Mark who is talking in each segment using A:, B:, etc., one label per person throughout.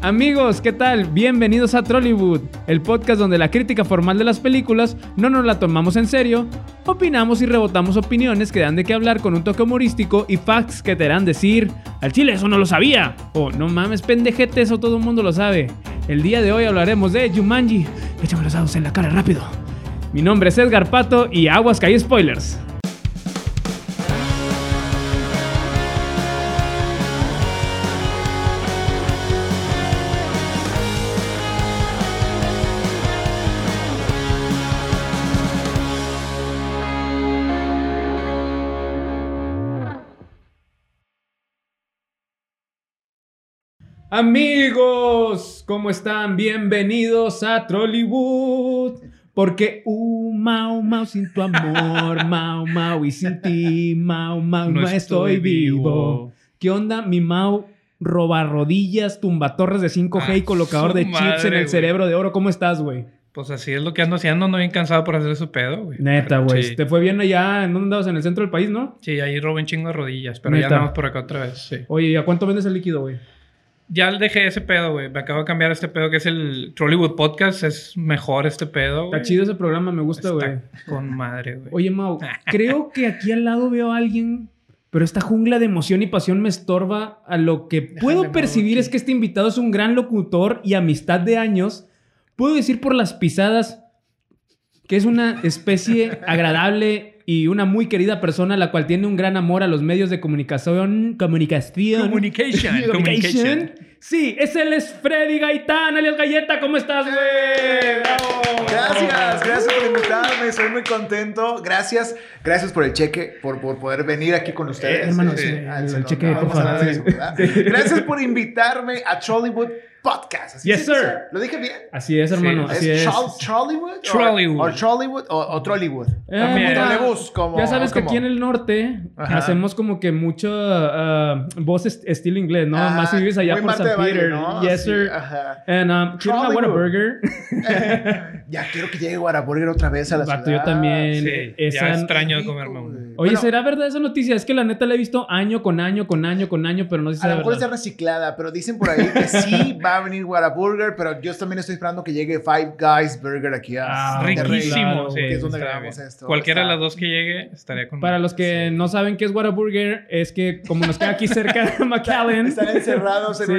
A: Amigos, ¿qué tal? Bienvenidos a Trollywood, el podcast donde la crítica formal de las películas no nos la tomamos en serio, opinamos y rebotamos opiniones que dan de qué hablar con un toque humorístico y facts que te harán decir, al chile eso no lo sabía, o no mames pendejete, eso todo el mundo lo sabe. El día de hoy hablaremos de Jumanji, échame los dados en la cara rápido. Mi nombre es Edgar Pato y aguas que hay spoilers. Amigos, ¿cómo están? Bienvenidos a Trollywood. Porque, uh, mau, mau, sin tu amor, mau, mau, y sin ti, mau, mau, no, estoy vivo. ¿Qué onda, mi mau? Robarrodillas, tumbatorres de 5G y
B: Ah,
A: colocador
B: su
A: de chips
B: madre,
A: en el
B: güey.
A: cerebro de oro. ¿Cómo estás, güey?
B: Pues así es lo que ando haciendo, ando bien cansado por hacer su pedo, güey.
A: Neta,
B: Pero
A: güey. este-
B: Sí,
A: Te fue bien allá, ¿en dónde andabas? En el centro del país, ¿no?
B: sí, ahí robo un chingo de rodillas, pero
A: Neta.
B: ya andamos por acá otra vez, sí.
A: Oye, ¿y a cuánto vendes el líquido, güey?
B: Ya dejé ese pedo, güey. Me acabo de cambiar a este pedo que es el Trollywood Podcast. Es mejor este pedo, güey.
A: Está chido ese programa, me gusta,
B: Está
A: güey.
B: con madre, güey.
A: Oye, Mau, creo que aquí al lado veo a alguien, pero esta jungla de emoción y pasión me estorba. A lo que puedo
B: Déjale, Mau,
A: percibir
B: aquí.
A: es que este invitado es un gran locutor y amistad de años. Puedo decir por las pisadas que es una especie agradable y una muy querida persona, la cual tiene un gran amor a los medios de comunicación. Comunicación.
B: Communication.
A: Communication. Sí, es él es Freddy Gaitán, alias Galleta. ¿Cómo estás, güey? ¡Bravo!
C: Gracias, gracias por invitarme, soy muy contento. Gracias, gracias por el cheque, por, por poder venir aquí con ustedes.
A: Eh, hermano,
B: sí,
C: ah,
A: el
C: sí, no,
A: cheque,
C: no
A: por
C: vamos a
A: favor,
C: hablar de
A: sí.
C: eso, ¿verdad?
A: Sí.
C: Gracias por invitarme a Trollywood Podcast. ¿Así
A: Yes,
C: se dice?
A: sir.
C: ¿Lo dije bien?
A: Así es, hermano,
B: Sí,
A: así
C: ¿Es
A: es.
C: Trol- Trollywood? o-
B: Trollywood.
C: O Trollywood o, o Trollywood.
A: Eh,
B: También.
A: mira,
C: Trolebús, como-
A: ya sabes que
C: como-
A: aquí en el norte
C: Ajá.
A: hacemos como que mucho ah, voz est- estilo inglés, ¿no?
C: Ah,
A: Más si vives allá
C: muy
A: por
C: Marta
A: San
C: de baile,
A: Peter.
C: ¿no?
A: Yes,
C: Sí,
A: sir.
C: ajá.
A: And, um, quiero una
C: Trollywood.
A: Whataburger.
C: Eh, ya quiero que llegue Guaraburger otra vez a la
A: Vato,
C: ciudad.
A: yo también.
B: Sí,
A: Esa-
B: ya extraño de comerme uno.
A: Oye,
C: Bueno,
A: ¿será verdad esa noticia? Es que la neta la he visto año con año, con año, con año, pero no sé si
C: A lo
A: sea
C: mejor
A: verdad.
C: está reciclada, pero dicen por ahí que sí va a venir Whataburger, pero yo también estoy esperando que llegue Five Guys Burger aquí a
A: Ah,
C: Monterrey,
B: Riquísimo,
A: claro,
B: sí.
A: güey,
C: que es donde
B: está
C: grabamos
B: bien.
C: esto.
B: Cualquiera de
C: Está-
B: las dos que llegue estaría con
A: Para
B: madre.
A: los que no saben qué es Whataburger, es que como nos queda aquí cerca de McAllen.
C: Están encerrados en
A: Sí.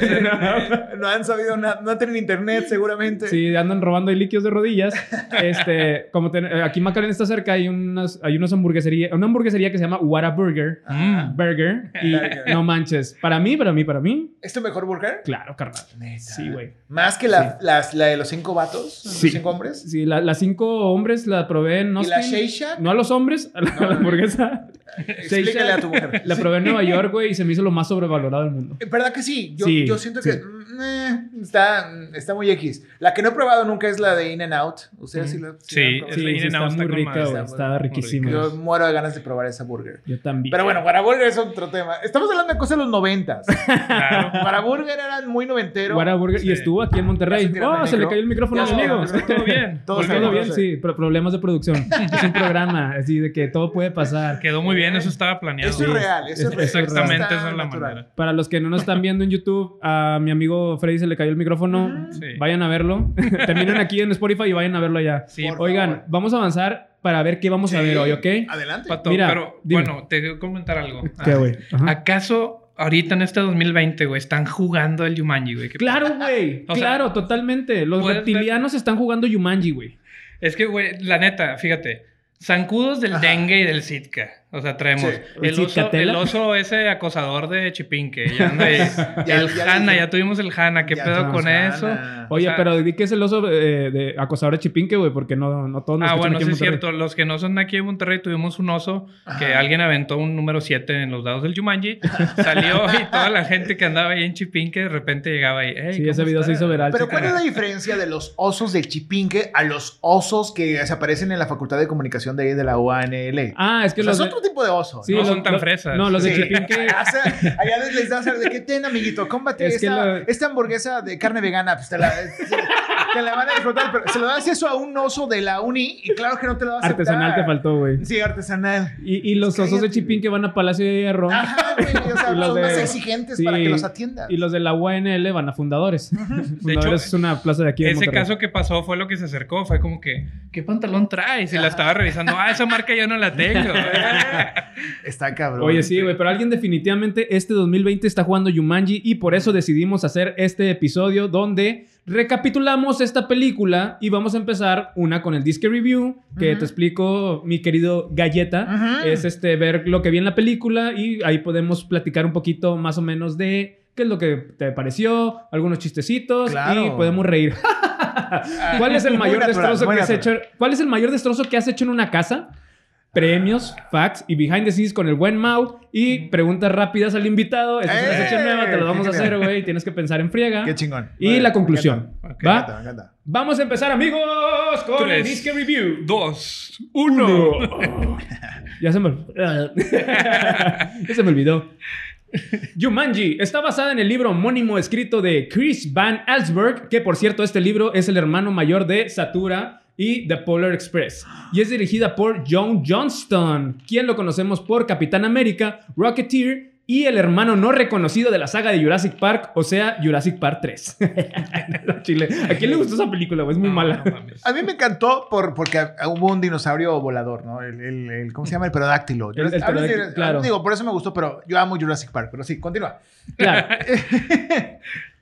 C: una... No han sabido nada, no tienen internet seguramente.
A: Sí, andan robando ahí líquidos de rodillas. Este, como ten- eh, aquí Macarena está cerca, hay unas, hay unas hamburguesería, una hamburguesería que se llama Whataburger
C: Ah,
B: Mm.
A: Burger. Y no manches, para mí, para mí, para mí,
C: ¿Es tu mejor burger?
A: claro, carnal. Sí, güey.
C: Más que la, las- la de los cinco vatos,
A: Sí.
C: los cinco hombres.
A: Sí, la- las cinco hombres la probé en
C: ¿Y la
A: Austin.
C: Shake Shack?
A: No a los hombres, a la, a la hamburguesa. Shake
C: Explícale
A: Shack.
C: a tu mujer.
A: La probé en Nueva York, güey, y se me hizo lo más sobrevalorado del mundo.
C: Eh, ¿Verdad que sí? Yo,
A: Sí,
C: yo siento
A: sí.
C: que mm, eh, está, mm, está muy X. La que no he probado nunca es la de In and Out. ¿Ustedes sí la
B: Sí,
C: la han probado?
B: Es
A: Sí,
B: la
A: sí,
B: In-N-Out,
A: está
B: está
A: muy
B: con
A: rica,
B: madre,
A: güey.
C: está
A: Estaba
B: muy rica.
A: riquísima.
C: Yo
A: Yo,
C: muero de ganas de probar esa burger.
A: también.
C: Pero bueno, Guaraburger es otro tema. Estamos hablando de cosas de los noventas.
B: Claro.
C: Guaraburger eran muy noventero.
A: Whataburger, y
B: Sí.
A: estuvo aquí en Monterrey.
C: se tiraba
A: ¡Oh!
C: el
A: Se le
C: micro.
A: cayó el micrófono
C: Ya
A: a mi
C: se tiraba
A: amigo.
C: el
B: Amigos, todo bien.
C: Todos
B: Volviendo
A: Todo
C: sabemos.
B: bien.
A: bien, sí, pero problemas de producción. Es un programa, así de que todo puede pasar.
B: Quedó muy bien, eso estaba planeado.
C: Eso es real. Eso es real.
B: Exactamente,
C: Está
B: esa es la
C: natural.
B: manera.
A: Para los que no nos están viendo en YouTube, a mi amigo Freddy se le cayó el micrófono.
C: Ujú.
B: Sí.
A: Vayan a verlo. Terminan aquí en Spotify y vayan a verlo allá.
B: Sí,
C: Por
A: Oigan,
C: favor.
A: vamos a avanzar para ver qué vamos a ver hoy, ¿ok?
C: Adelante.
B: Pato,
A: Mira,
B: pero
A: dime.
B: bueno, te quiero comentar algo.
A: ¿Qué, güey? Ajá.
B: ¿Acaso ahorita en este 2020, güey, están jugando el Yumanji, güey? ¿Qué
A: Claro, güey.
B: O sea,
A: claro, totalmente. Los
B: puedes
A: reptilianos están jugando Yumanji, güey.
B: pedo? Es que, güey, la neta, fíjate. Zancudos del
C: Ajá.
B: dengue y del Sitka. O sea, traemos
C: Sí.
A: ¿El
B: el, oso,
A: Zitkatela?
B: el oso ese acosador de Chipinque. Ya anda ahí. el
C: ya
B: Hanna,
C: dije.
B: ya tuvimos el Hanna. ¿Qué
C: Ya
B: pedo
C: tenemos
B: con
C: Hanna.
B: eso? Ah, O
A: Oye,
B: sea-
A: pero di que es el oso eh, de acosador de Chipinque, güey, porque no, no todos nos
B: Ah,
A: escuchan
B: bueno,
A: aquí en
B: sí es
A: Monterrey.
B: cierto. Los que no son de aquí en Monterrey tuvimos un oso que
C: Ajá.
B: alguien aventó un número 7 en los dados del Yumanji. Salió y toda la gente que andaba ahí en Chipinque de repente llegaba ahí. "Ey,
A: Sí, ese
B: ¿cómo
A: video se
B: estás?".
A: hizo viral.
C: Pero
A: sí,
C: ¿cuál es la diferencia de los osos del Chipinque a los osos que se aparecen en la Facultad de Comunicación de ahí de la UANL?
A: Ah, es que
C: O sea,
A: los
C: es
A: de-
C: otro tipo de oso.
A: sí,
B: no
A: los-
B: son tan
A: los-
B: fresas.
A: No, los de
C: Sí.
A: Chipinque.
C: Allá- allá les, les das de que ten, amiguito, cómbate
A: Es que
C: esta,
A: lo-
C: esta hamburguesa de carne vegana. Pues, te la- Te la van a disfrutar, pero se lo das eso a un oso de la uni y claro que no te lo vas a aceptar.
A: Artesanal te faltó, güey.
C: Sí, artesanal.
A: Y, y los
C: Cállate,
A: osos de Chipín que van a Palacio de Hierro
C: Ajá, güey. O sea,
A: Y los
C: son
A: de-
C: más exigentes
A: sí.
C: para que los atiendan.
A: y los de la UNL van a Fundadores. fundadores
B: hecho,
A: es una plaza de aquí de
B: Ese
A: Monterrey.
B: caso que pasó fue lo que se acercó, fue como que, ¿qué pantalón traes? Y la estaba revisando, ah, esa marca ya no la tengo.
C: Está cabrón.
A: Oye, sí, güey, pero alguien definitivamente este 2020 está jugando Yumanji y por eso decidimos hacer este episodio donde recapitulamos esta película y vamos a empezar una con el disque review, que
C: Ujú.
A: te explico, mi querido Galleta,
C: Ujú.
A: es este ver lo que vi en la película y ahí podemos platicar un poquito más o menos de qué es lo que te pareció, algunos chistecitos
C: Claro.
A: y podemos reír. ¿Cuál es el
C: Muy
A: mayor
C: natural,
A: destrozo
C: muy
A: que has hecho?
C: natural.
A: ¿Cuál es el mayor destrozo que has hecho en una casa? Premios, facts y behind the scenes con el buen Mau y preguntas rápidas al invitado. Esta es una
C: Mm. ¡Eh!
A: sección nueva, te lo vamos a
C: Qué
A: hacer,
C: genial.
A: güey. Tienes que pensar en friega.
C: Qué chingón.
A: Y la conclusión,
B: Ok.
A: ¿va?
C: Me encanta, me encanta.
A: Vamos a empezar, amigos, con el
B: Tres.
A: disque review.
B: Dos, uno.
A: ya se me ya se me olvidó. Jumanji está basada en el libro homónimo escrito de Chris Van Allsburg, que por cierto este libro es el hermano mayor de Satura y The Polar Express, y es dirigida por John Johnston, quien lo conocemos por Capitán América, Rocketeer y el hermano no reconocido de la saga de Jurassic Park, o sea, Jurassic Park 3. No, Chile, ¿a quién le gustó esa película? güey? Es muy
B: No,
A: mala.
B: no mames.
C: A mí me encantó por, porque a- hubo un dinosaurio volador, ¿no? El, el- el- ¿Cómo se llama? El pterodáctilo.
A: El- el
C: Hablas de-
A: pterodáctilo, claro.
C: Digo, por eso me gustó, pero yo amo Jurassic Park. Pero sí, continúa.
A: Claro.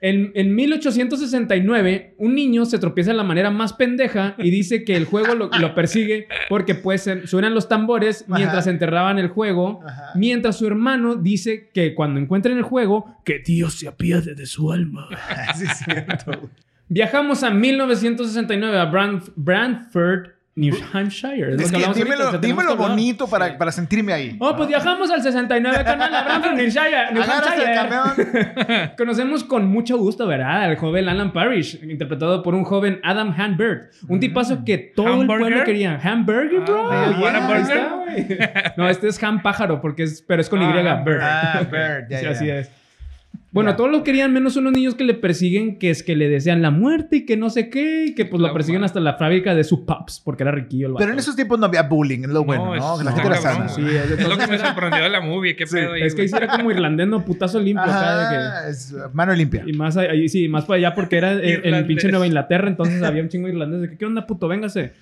A: En, en 1869, un niño se tropieza de la manera más pendeja y dice que el juego lo, lo persigue porque pues en- suenan los tambores mientras
C: Ajá.
A: enterraban el juego,
C: Ajá.
A: mientras su hermano dice que cuando encuentren el juego, que Dios se apiade de su alma.
C: Sí, es cierto. güey.
A: Viajamos a 1969 a Brand- Brantford, New Hampshire. Es lo
C: Es
A: que
C: que
A: hablamos
C: dímelo,
A: ahorita, o sea, tenemos
C: dímelo
A: que hablar.
C: bonito para, para sentirme ahí.
A: Oh, pues viajamos al 69 canal a Brantford, New Hampshire. New
C: Agarras el
A: Hampshire.
C: camión.
A: Conocemos con mucho gusto, ¿verdad? Al joven Alan Parrish, interpretado por un joven Adam Hanbert.
C: Ah.
A: Un tipazo que todo el
B: ¿Hamburger?
A: pueblo quería. ¿Hamburger, bro? Oh,
B: Ah,
A: Yeah,
C: ¿Whataburger?
A: ahí está, güey. no, este es Ham Pájaro, porque es, pero es con
B: Ah,
A: Y. Bird.
B: Hamburger.
C: Ah, Bird, ya,
A: Sí,
C: ya.
A: así es. Bueno,
C: Ya.
A: todos lo querían, menos unos niños que le persiguen, que es que le desean la muerte y que no sé qué, y que pues lo
B: La
A: persiguen
B: madre.
A: hasta la fábrica de su pops, porque era riquillo el
C: Pero
A: vato.
C: en esos tiempos no había bullying, es lo bueno, ¿no? Que la gente
A: está
C: era
A: cabrón,
C: sana.
A: güey. Sí, es de
B: es lo que
A: cosas-
B: me sorprendió de la movie. ¿Qué
C: Sí,
B: pedo ahí,
A: Es que
B: güey?
A: hiciera como irlandés, no putazo limpio acá de que-
C: Ajá, es mano limpia.
A: Y más ahí, sí, más para allá porque era en, en
B: Irlandés.
A: pinche Nueva Inglaterra, entonces había un chingo de irlandés de que, ¿qué onda, puto? Véngase.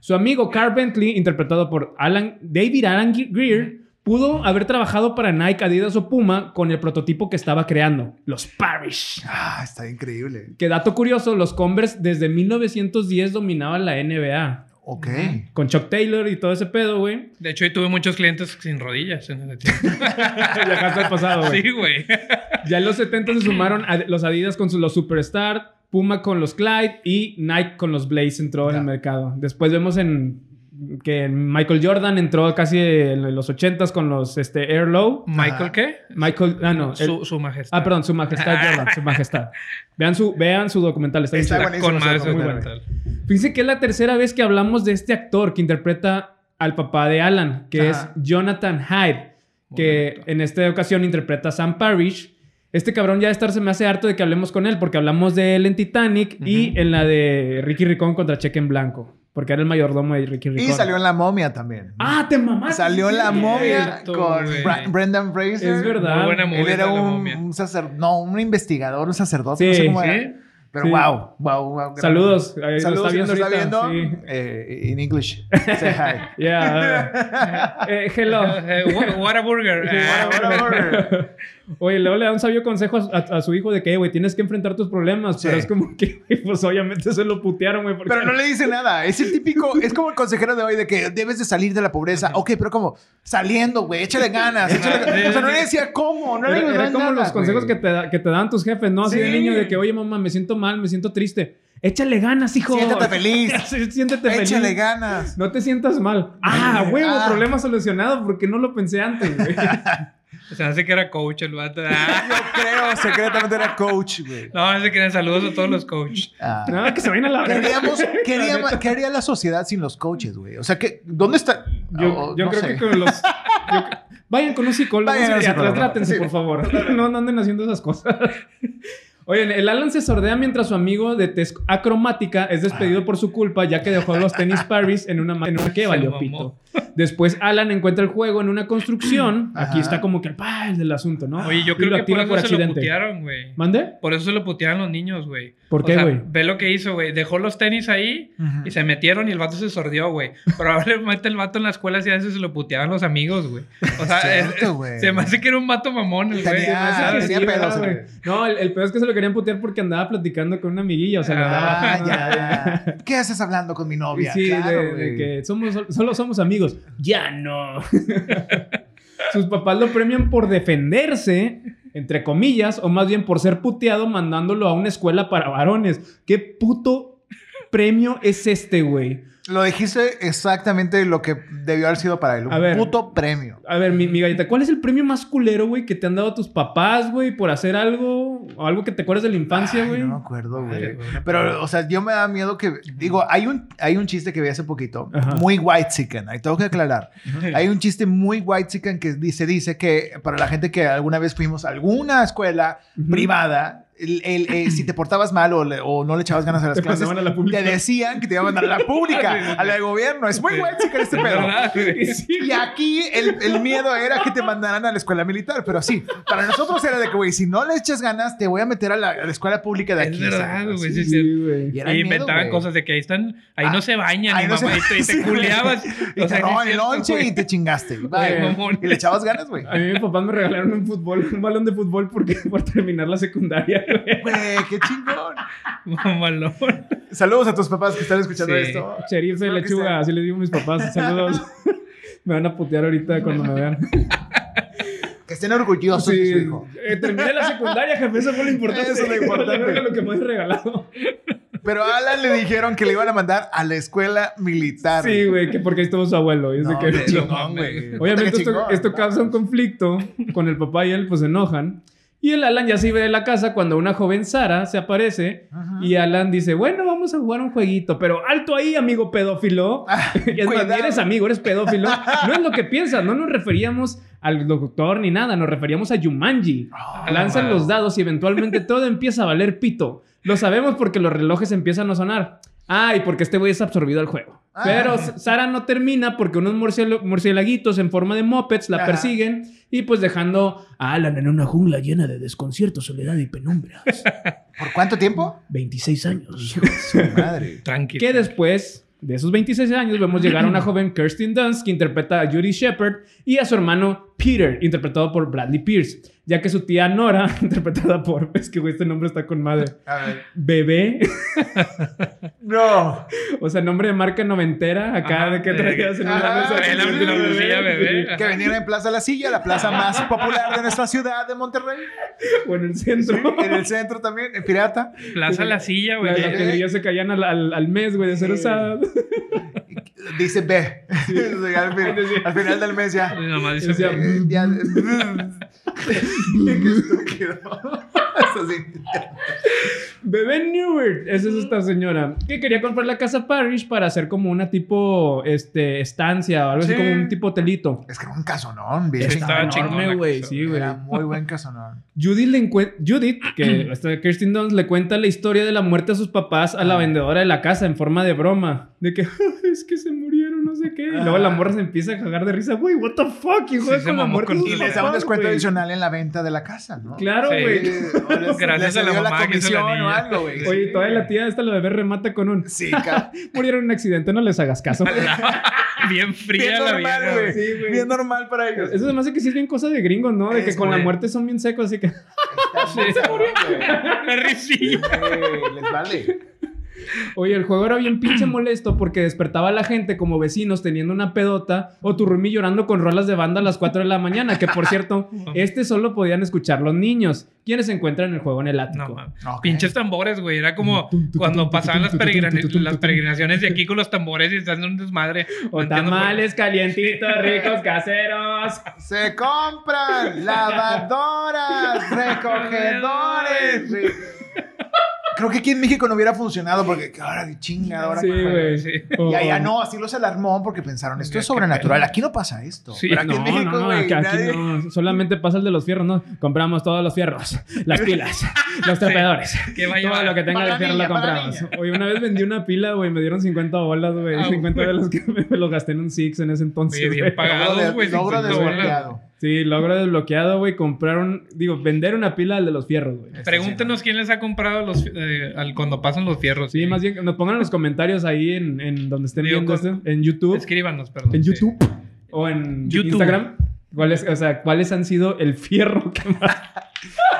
A: Su amigo Carl Bentley, interpretado por Alan, David Alan Gre- Greer, pudo haber trabajado para Nike, Adidas o Puma con el prototipo que estaba creando, los Parrish.
C: Ah, está increíble.
A: Que dato curioso, los Converse desde 1910 dominaban la NBA.
C: Ok.
A: Con Chuck Taylor y todo ese pedo, güey.
B: De hecho, yo tuve muchos clientes sin rodillas en ese tiempo.
A: Viajaste al pasado, güey.
B: Sí, güey.
A: Ya en los 70 se sumaron a los Adidas con su- los Superstar, Puma con los Clyde y Nike con los Blaze entró en
C: Ya.
A: el mercado. Después vemos en que Michael Jordan entró casi en los 80s con los este, Air Low.
C: Mm.
B: ¿Michael qué?
A: Michael, ah, no. el-
B: Su, su majestad.
A: ah, perdón, su majestad Jordan, su majestad. Vean su, vean su documental, está bien
C: Está
A: chido.
B: Está
C: buenísimo
B: con
C: ese
B: más
C: documental.
B: documental.
A: Fíjense que es la tercera vez que hablamos de este actor que interpreta al papá de Alan, que
C: Ajá.
A: es Jonathan Hyde, que
B: Correcto.
A: en esta ocasión interpreta a Sam Parrish. Este cabrón ya de estar se me hace harto de que hablemos con él, porque hablamos de él en Titanic y
B: Ujú.
A: en la de Ricky Ricón contra Cheque en Blanco, porque era el mayordomo de Ricky Ricón.
C: Y salió en la momia también.
A: ¡Ah, te mamaste!
C: Salió en la
A: Sí,
C: momia
B: cierto,
C: con
B: güey.
C: Bra- Brendan Fraser.
A: Es verdad.
B: Muy buena movie.
C: Él era
B: de la
C: un,
B: momia.
C: un sacerdote, no, un investigador, un sacerdote,
A: Sí,
C: no sé cómo
B: ¿Sí?
C: era. Pero
A: Sí.
C: wow, wow, wow. gran-
A: Saludos. ahí lo
C: Saludos, si nos está
A: ahorita,
C: viendo.
A: sí.
C: eh, in English. Say hi.
A: Yeah. eh, hello.
B: Eh, what, what a burger.
C: Eh.
B: Ah,
C: What a- what a burger.
A: Oye, luego le da un sabio consejo a, a- a su hijo de que, "Eh, güey, tienes que enfrentar tus problemas.
C: Sí.
A: Pero es como que, güey, pues obviamente se lo putearon, güey. porque-
C: Pero no le dice nada. Es el típico, es como el consejero de hoy de que debes de salir de la pobreza. Ok, pero como saliendo, güey, échale ganas. échale ganas. O sea, no le decía cómo, no le
A: Era,
C: decía
A: era como
C: nada,
A: los consejos
C: güey.
A: que te, da- que te dan tus jefes, ¿no? Así de
C: Sí.
A: niño de que, oye, mamá, me siento mal, me siento triste. Échale ganas, hijo.
C: Siéntate feliz.
A: Sí, Siéntete feliz.
C: Échale ganas.
A: No te sientas mal. Ah, huevo,
C: Ah.
A: problema solucionado porque no lo pensé antes, güey.
B: Se hace que era coach el vato. Ah.
C: Yo creo, secretamente era coach, güey.
B: No, se quieren saludos a todos los coaches.
C: Ah.
A: Nada, que se vayan a la
C: Queríamos, qué,
A: La
C: haría,
A: neta.
C: qué haría la sociedad sin los coaches, güey? O sea, que ¿dónde está?
A: Yo,
C: Oh,
A: yo
C: no
A: creo
C: sé.
A: que con los. yo cre- vayan con un psicólogo
C: Vayan a un
A: y
C: psicólogo.
A: trátense,
C: Sí.
A: por favor. No, no anden haciendo esas cosas. Oye, el Alan se sordea mientras su amigo de tez acromática es despedido por su culpa ya que dejó los tenis Paris en una, ma- en una que
B: Se
A: valió
B: mamó.
A: pito. Después Alan encuentra el juego en una construcción. Aquí
C: Ajá.
A: está como que pa, el del asunto, ¿no?
B: Oye, yo
A: Y lo
B: creo que por
A: tira
B: eso se lo putearon, güey.
A: ¿Mande?
B: Por eso se lo putearon los niños, güey.
A: ¿Por
B: O
A: qué,
B: sea,
A: güey?
B: Ve lo que hizo, güey. Dejó los tenis ahí y se metieron y el vato se sordió, güey. Probablemente el vato en la escuela hacía eso y se lo puteaban los amigos, güey. O sea, es-
C: Cierto, güey.
B: se me hace que era un vato mamón, el güey.
C: Tenía- Ah,
A: Sí,
B: ¿sabes?
C: tenía
A: sí,
C: pedos, eh.
A: ah,
C: güey.
A: güey. No, el, el pedo es que se lo querían putear porque andaba platicando con una amiguilla, o sea, le andaba-
C: Ah, ya, ya. ¿Qué haces hablando con mi novia?
A: Sí, de-
C: claro,
A: de,
C: güey.
A: que somos, solo somos amigos. Ya no. Sus papás lo premian por defenderse, entre comillas, o más bien por ser puteado mandándolo a una escuela para varones. ¿Qué puto premio es este, güey?
C: Lo dijiste exactamente lo que debió haber sido para él. Un
A: A ver.
C: puto premio.
A: A ver, mi, mi galleta, ¿cuál es el premio más culero, güey, que te han dado tus papás, güey, por hacer algo o algo que te acuerdas de la infancia,
C: Ay,
A: güey?
C: no me acuerdo,
B: Madre,
C: güey.
B: güey.
C: Pero, o sea, yo me da miedo que... Digo, hay un, hay un chiste que vi hace poquito.
A: Ajá.
C: Muy white chicken. Ahí tengo que aclarar. Hay un chiste muy white chicken que dice, dice que para la gente que alguna vez fuimos a alguna escuela
A: Ujú.
C: privada, el- el- eh, si te portabas mal o, le- o no le echabas ganas a las
A: Te
C: clases,
A: mandaban a la pública.
C: te decían que te iban a mandar a la
B: Sí, sí,
C: pública,
B: sí.
C: a la de gobierno. Es muy
B: Sí.
C: white chicken este pedo.
B: ¿Verdad, güey?
C: Y aquí el, el miedo era que te mandaran a la escuela militar, pero sí, para nosotros era de que, güey, si no le echas ganas, te voy a meter a la, a la escuela pública de
B: Es
C: aquí.
B: verdad,
C: ¿sabes?
B: güey,
C: Sí.
B: sí, sí.
A: güey.
C: Y era
B: Y
C: miedo,
B: inventaban
C: güey.
B: cosas de que ahí están, ahí
C: Ah,
B: no se bañan,
C: ahí
B: y
C: no
B: mamá,
C: se-
B: y te, y te
C: sí, güey.
B: culeabas.
C: Y
B: O
C: te
B: sea, no
C: roban
B: es
C: el
B: cierto,
C: lonche
B: güey.
C: y te chingaste. Y bye.
B: Oye, mamón.
C: Y le echabas ganas, güey.
A: A mí mis papás me regalaron un fútbol, un balón de fútbol porque por terminar la secundaria, güey.
C: Güey, qué chingón.
B: Mamalón.
C: Saludos a tus papás que están escuchando
B: Sí.
C: esto.
A: Sheriff de
C: Espero que
A: lechuga,
C: sea.
A: así les digo a mis papás. Saludos. me van a putear ahorita cuando me vean.
C: Que estén orgullosos de su
A: Sí,
C: hijo.
A: eh, terminé la secundaria, jefe, eso fue lo importante.
C: Eso es lo importante.
A: Fue lo que me has regalado.
C: Pero a Alan le dijeron que le iban a mandar a la escuela militar.
A: Sí, güey, que porque ahí estuvo su abuelo. y es de
C: No,
A: que-
C: qué chingón,
B: mames.
C: güey.
A: Obviamente
C: Qué
A: esto,
C: chingón.
A: esto causa un conflicto con el papá y él, pues se enojan. Y el Alan ya se iba de la casa cuando una joven Sara se aparece
C: Ajá.
A: y Alan dice, bueno, vamos a jugar un jueguito, pero alto ahí, amigo pedófilo. es más,
C: Ah, cuidado.
A: ni eres amigo, eres pedófilo. No es lo que piensas, no nos referíamos al doctor ni nada, nos referíamos a Jumanji.
C: Oh,
A: Lanzan
B: wow.
A: los dados y eventualmente todo empieza a valer pito. Lo sabemos porque los relojes empiezan a sonar. Ay, porque este güey es absorbido al juego.
C: Ah.
A: Pero S- Sara no termina porque unos murciél- murciélaguitos en forma de mopeds la
C: Ajá.
A: persiguen y pues dejando a Alan en una jungla llena de desconcierto, soledad y penumbras.
C: ¿Por cuánto tiempo?
A: 26 años.
C: Su madre.
B: Tranquilo.
A: que después de esos 26 años vemos llegar a una joven Kirsten Dunst que interpreta a Judy Shepard y a su hermano Peter, interpretado por Bradley Pierce, ya que su tía Nora, interpretada por... Es que, güey, este nombre está con madre.
C: A ver.
A: Bebé,
C: No.
A: o sea, nombre de marca noventera, acá
B: Ajá,
A: de que
B: de-
A: traías en
C: Ajá,
A: una mesa.
C: de la-
A: Sí,
C: la
B: blusilla bebé.
C: Que venían en Plaza La Silla, la plaza más popular de nuestra ciudad de Monterrey.
A: O en el centro.
C: En el centro también, en Pirata.
B: Plaza la silla, güey.
A: Las las que ya se caían al, al- al mes, güey, de ser
C: Sí.
A: usadas.
C: Dice B. al, fin- al final del mes ya.
B: Y nomás dice,
A: Decía,
C: Eh, ya- Qué estúpido. Eso sí.
A: Bebé Newert, esa es esta señora, que quería comprar la casa Parrish para hacer como una tipo este, estancia o algo
C: Sí.
A: así como un tipo hotelito.
C: Es que era un casonón, bien
B: Sí, estaba
C: chingón.
B: chingón.
A: Enorme,
B: la
A: güey,
B: casa,
A: sí, güey.
C: Era muy buen casonón.
A: Judith, le encuen- Judith, que esta Kirsten Dunst, le cuenta la historia de la muerte de sus papás a la vendedora de la casa en forma de broma. De que, es que se murieron, no sé qué. Y luego la morra se empieza a cagar de risa. Güey, what the fuck, hijo
B: Sí,
A: de
B: se
A: con la
B: mamó
A: muerte
B: con-
A: de sus
C: Y les da un
A: papás,
C: descuento
A: güey".
C: adicional en la venta de la casa, ¿no?
A: Claro,
B: Sí.
A: güey.
C: Eh, o les-
B: Gracias
C: les
B: a la
C: dio
B: mamá que hizo la
C: comisión o
B: niña.
C: algo, güey.
A: Oye, todavía la tía esta la bebé remata con un...
C: Sí, ca-
A: Murieron en un accidente, no les hagas caso.
B: Bien
C: bien
B: fría la
C: normal,
B: vieja. güey.
C: güey.
A: Sí, güey.
C: Bien normal para ellos.
A: Eso se me hace que sí es bien cosa de gringos, ¿no? De que
C: Es,
A: con la
B: güey.
A: muerte son bien secos, así que...
C: Sí.
B: La risilla.
C: Eh, Les vale.
A: Oye, el juego era bien pinche molesto porque despertaba a la gente como vecinos teniendo una pedota o tu roomie llorando con rolas de banda a las 4 de la mañana, que por cierto, este solo podían escuchar los niños, quienes se encuentran el juego en el ático.
B: No mames.
C: Ok.
B: Pinches tambores, güey. Era como cuando pasaban las, peregrina- las peregrinaciones de aquí con los tambores y están en un desmadre. No
A: o
B: entiendo por-
A: tamales calientitos, ricos, caseros.
C: Se compran lavadoras, recogedores. re- Creo que aquí en México no hubiera funcionado porque ahora de chinga, ahora.
A: Sí, güey.
B: Sí.
A: O-
C: Y allá no, así los alarmó porque pensaron, esto
B: Mira,
C: es
B: qué
C: sobrenatural. Aquí no pasa esto.
B: Sí,
C: Pero aquí
A: No,
C: en México,
A: no, no,
C: güey,
A: aquí, aquí
C: nadie-
A: no. Solamente pasa el de los fierros, ¿no? Compramos todos los fierros, las pilas, los trapeadores.
B: ¿Qué va a
A: Todo
B: llevar?
A: lo que tenga
C: Para
A: de
C: la
A: fierro lo
C: niña, para la
A: compramos. Oye, una vez vendí una pila, güey, me dieron 50 bolas, güey.
B: Ah,
A: 50
B: güey.
A: de los que me, me los gasté en un Six en ese entonces.
B: Oye, bien
A: güey.
B: pagado.
C: Logro de-
B: Pagados, güey,
C: logro
B: 50 bolas.
C: desbloqueado.
A: Sí, logro desbloqueado, güey. Comprar un, digo, vender una pila al de los fierros, güey.
B: Pregúntenos quién les ha comprado los, eh, al- cuando pasan los fierros.
A: Sí, más bien, nos pongan los comentarios ahí en, en donde estén
B: Digo,
A: viendo
B: con-
A: esto, en YouTube.
B: Escríbanos, perdón.
A: En
B: sí.
A: YouTube o en
B: YouTube.
A: Instagram. ¿Cuáles, o sea, ¿cuáles han sido el fierro que más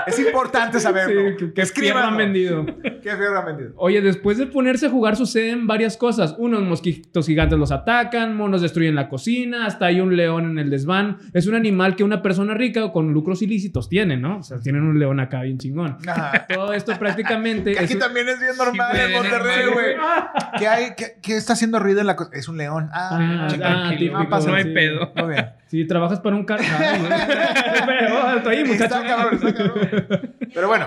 C: Es importante saberlo.
A: que,
C: que
A: que fierro han vendido?
C: ¿Qué fierro han vendido?
A: Oye, después de ponerse a jugar suceden varias cosas. Unos mosquitos gigantes los atacan, monos destruyen la cocina, hasta hay un león en el desván. Es un animal que una persona rica o con lucros ilícitos tiene, ¿no? O sea, tienen un león acá bien chingón.
C: Ajá.
A: Todo esto prácticamente
C: Que
A: es
C: Aquí
A: un-
C: también es bien normal
B: güey,
C: en
B: bien
C: Monterrey,
B: normal.
C: güey. ¿Qué, hay? ¿Qué, qué está haciendo ruido en la cosa? Es un león. Ah,
A: Ah,
C: chica.
A: ah,
B: tranquilo,
A: típico,
C: no pasa
A: güey,
B: nada.
A: sí.
B: pedo.
C: Muy bien.
A: Si trabajas para un car... Ay, güey. Pero, alto ahí, muchacho.
C: Está cabrón, está cabrón. Pero bueno,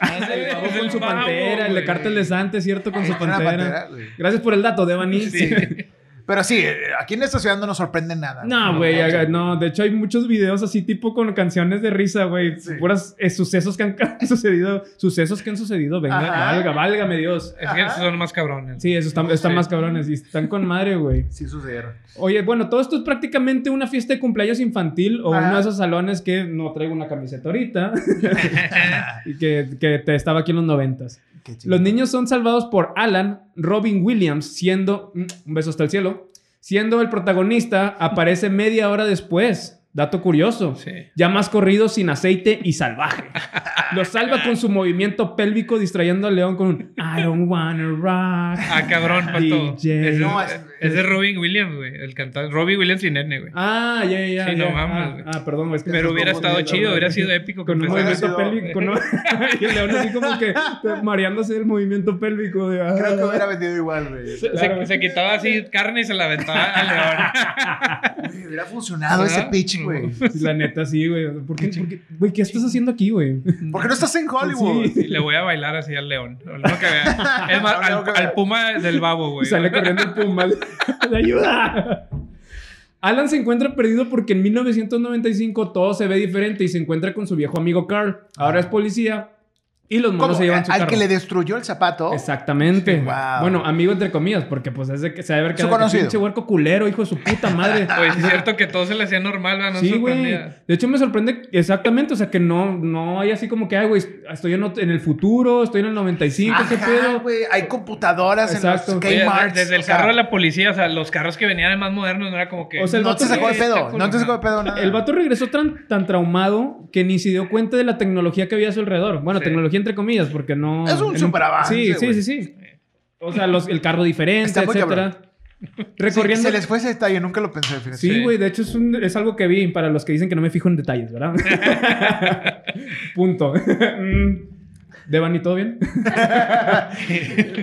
A: El
B: Ándale,
A: babo Ah, con su
B: babo,
A: pantera, el de
B: güey.
A: Cártel de Sante, ¿cierto? Con su
C: es eh, una
A: pantera.
C: pantera, güey.
A: Gracias por el dato, Devani.
C: Sí. Pero sí, eh, aquí en esta ciudad no nos sorprende nada.
A: No, güey, haga- no, de hecho hay muchos videos así tipo con canciones de risa, güey,
C: Sí.
A: puras eh, sucesos que han han sucedido, sucesos que han sucedido, venga,
C: Ajá.
A: valga, válgame Dios.
B: Es que
C: Ajá.
B: esos son más cabrones.
A: Sí, eso está, están
B: Sí.
A: más cabrones y están con madre, güey.
C: Sí sucedieron.
A: Oye, bueno, todo esto es prácticamente una fiesta de cumpleaños infantil o
C: Ajá.
A: uno de esos salones que no traigo una camiseta ahorita y que, que te estaba aquí en los noventas.
C: Qué chido.
A: Los niños son salvados por Alan Robin Williams, siendo. mm, Un beso hasta el cielo. Siendo el protagonista, aparece media hora después. Dato curioso.
B: Sí.
A: Ya más corrido, sin aceite y salvaje. Lo salva con su movimiento pélvico, distrayendo al león con un I don't wanna rock.
B: Ah, cabrón, pato.
A: DJ.
B: Ese,
C: No,
B: es,
C: es-
B: ese es Robin Williams, güey. El cantante. Robin Williams sin N, güey.
A: Ah, ya, ya, ya.
B: Sí, no
A: ya.
B: mames,
A: Ah,
B: güey.
A: Ah, perdón, güey, es que
B: Pero
A: estoy
B: hubiera estado
A: confundiendo,
B: chido,
A: güey.
B: hubiera sido épico.
A: Con un
B: que empezara-
A: movimiento
C: Hubiera sido-
A: pélvico, ¿no? y el león así como que eh, mareándose el movimiento pélvico. De, ah.
C: Creo que hubiera vendido igual, güey.
B: Se,
A: Claro,
B: se,
A: güey.
B: se quitaba así carne y se la aventaba al león.
C: Güey, Hubiera funcionado
B: ¿Verdad?
A: Ah,
C: ese pitch, güey.
A: Sí, La neta, sí, güey. ¿Por qué, por qué- güey, ¿qué estás haciendo aquí, güey?
C: ¿Por qué no estás en Hollywood?
A: Pues Sí.
B: Y le voy a bailar así al león. No, no que vea. Es más,
C: No, no,
B: al,
C: que vea.
B: al puma del babo,
A: Y
B: güey.
A: sale corriendo el puma. ¡De ayuda! Alan se encuentra perdido porque en 1995 todo se ve diferente y se encuentra con su viejo amigo Carl. Ahora es policía y los monos
C: ¿Cómo?
A: se llevan su
C: Al
A: carro.
C: que le destruyó el zapato.
A: Exactamente.
C: Sí, wow.
A: Bueno, amigo entre comillas, porque pues es de que se debe haber
C: Su
A: quedado de que
C: conocido.
A: pinche huerco culero, hijo de su puta madre.
B: Oye, sí es cierto que todo se le hacía normal, ¿verdad? No
A: sí, güey.
B: sorprendía.
A: De hecho, me sorprende exactamente. O sea, que no, no hay así como que, ay, güey, estoy en, ot- en el futuro, estoy en el 95, qué
C: Ajá,
A: pedo.
C: güey, Hay computadoras
A: Exacto.
C: en los
B: Oye, de-
C: Kmarts.
B: desde el
C: o sea,
B: carro de la policía, o sea, los carros que venían más modernos no era como que.
A: O sea, el
C: No
A: vato
C: te sacó de
B: sí, está
C: pedo.
B: cool,
C: No te
B: ajá.
C: sacó de pedo nada.
A: El vato regresó tan, tan traumado que ni se dio cuenta de la tecnología que había a su alrededor. Bueno,
B: Sí.
A: tecnología entre comillas, porque no.
C: Es un
A: en
C: superavance,
A: Sí,
C: güey.
A: sí, sí, sí. O sea, los- el carro diferente,
C: Está muy
A: etcétera.
C: Sí,
A: Recorriendo.
C: Se les fue ese detalle, nunca lo pensé, fíjate.
A: Sí,
B: Sí.
A: güey, de hecho es, un- es algo que vi para los que dicen que no me fijo en detalles, ¿verdad? Punto. Mm. Devani, ¿todo bien?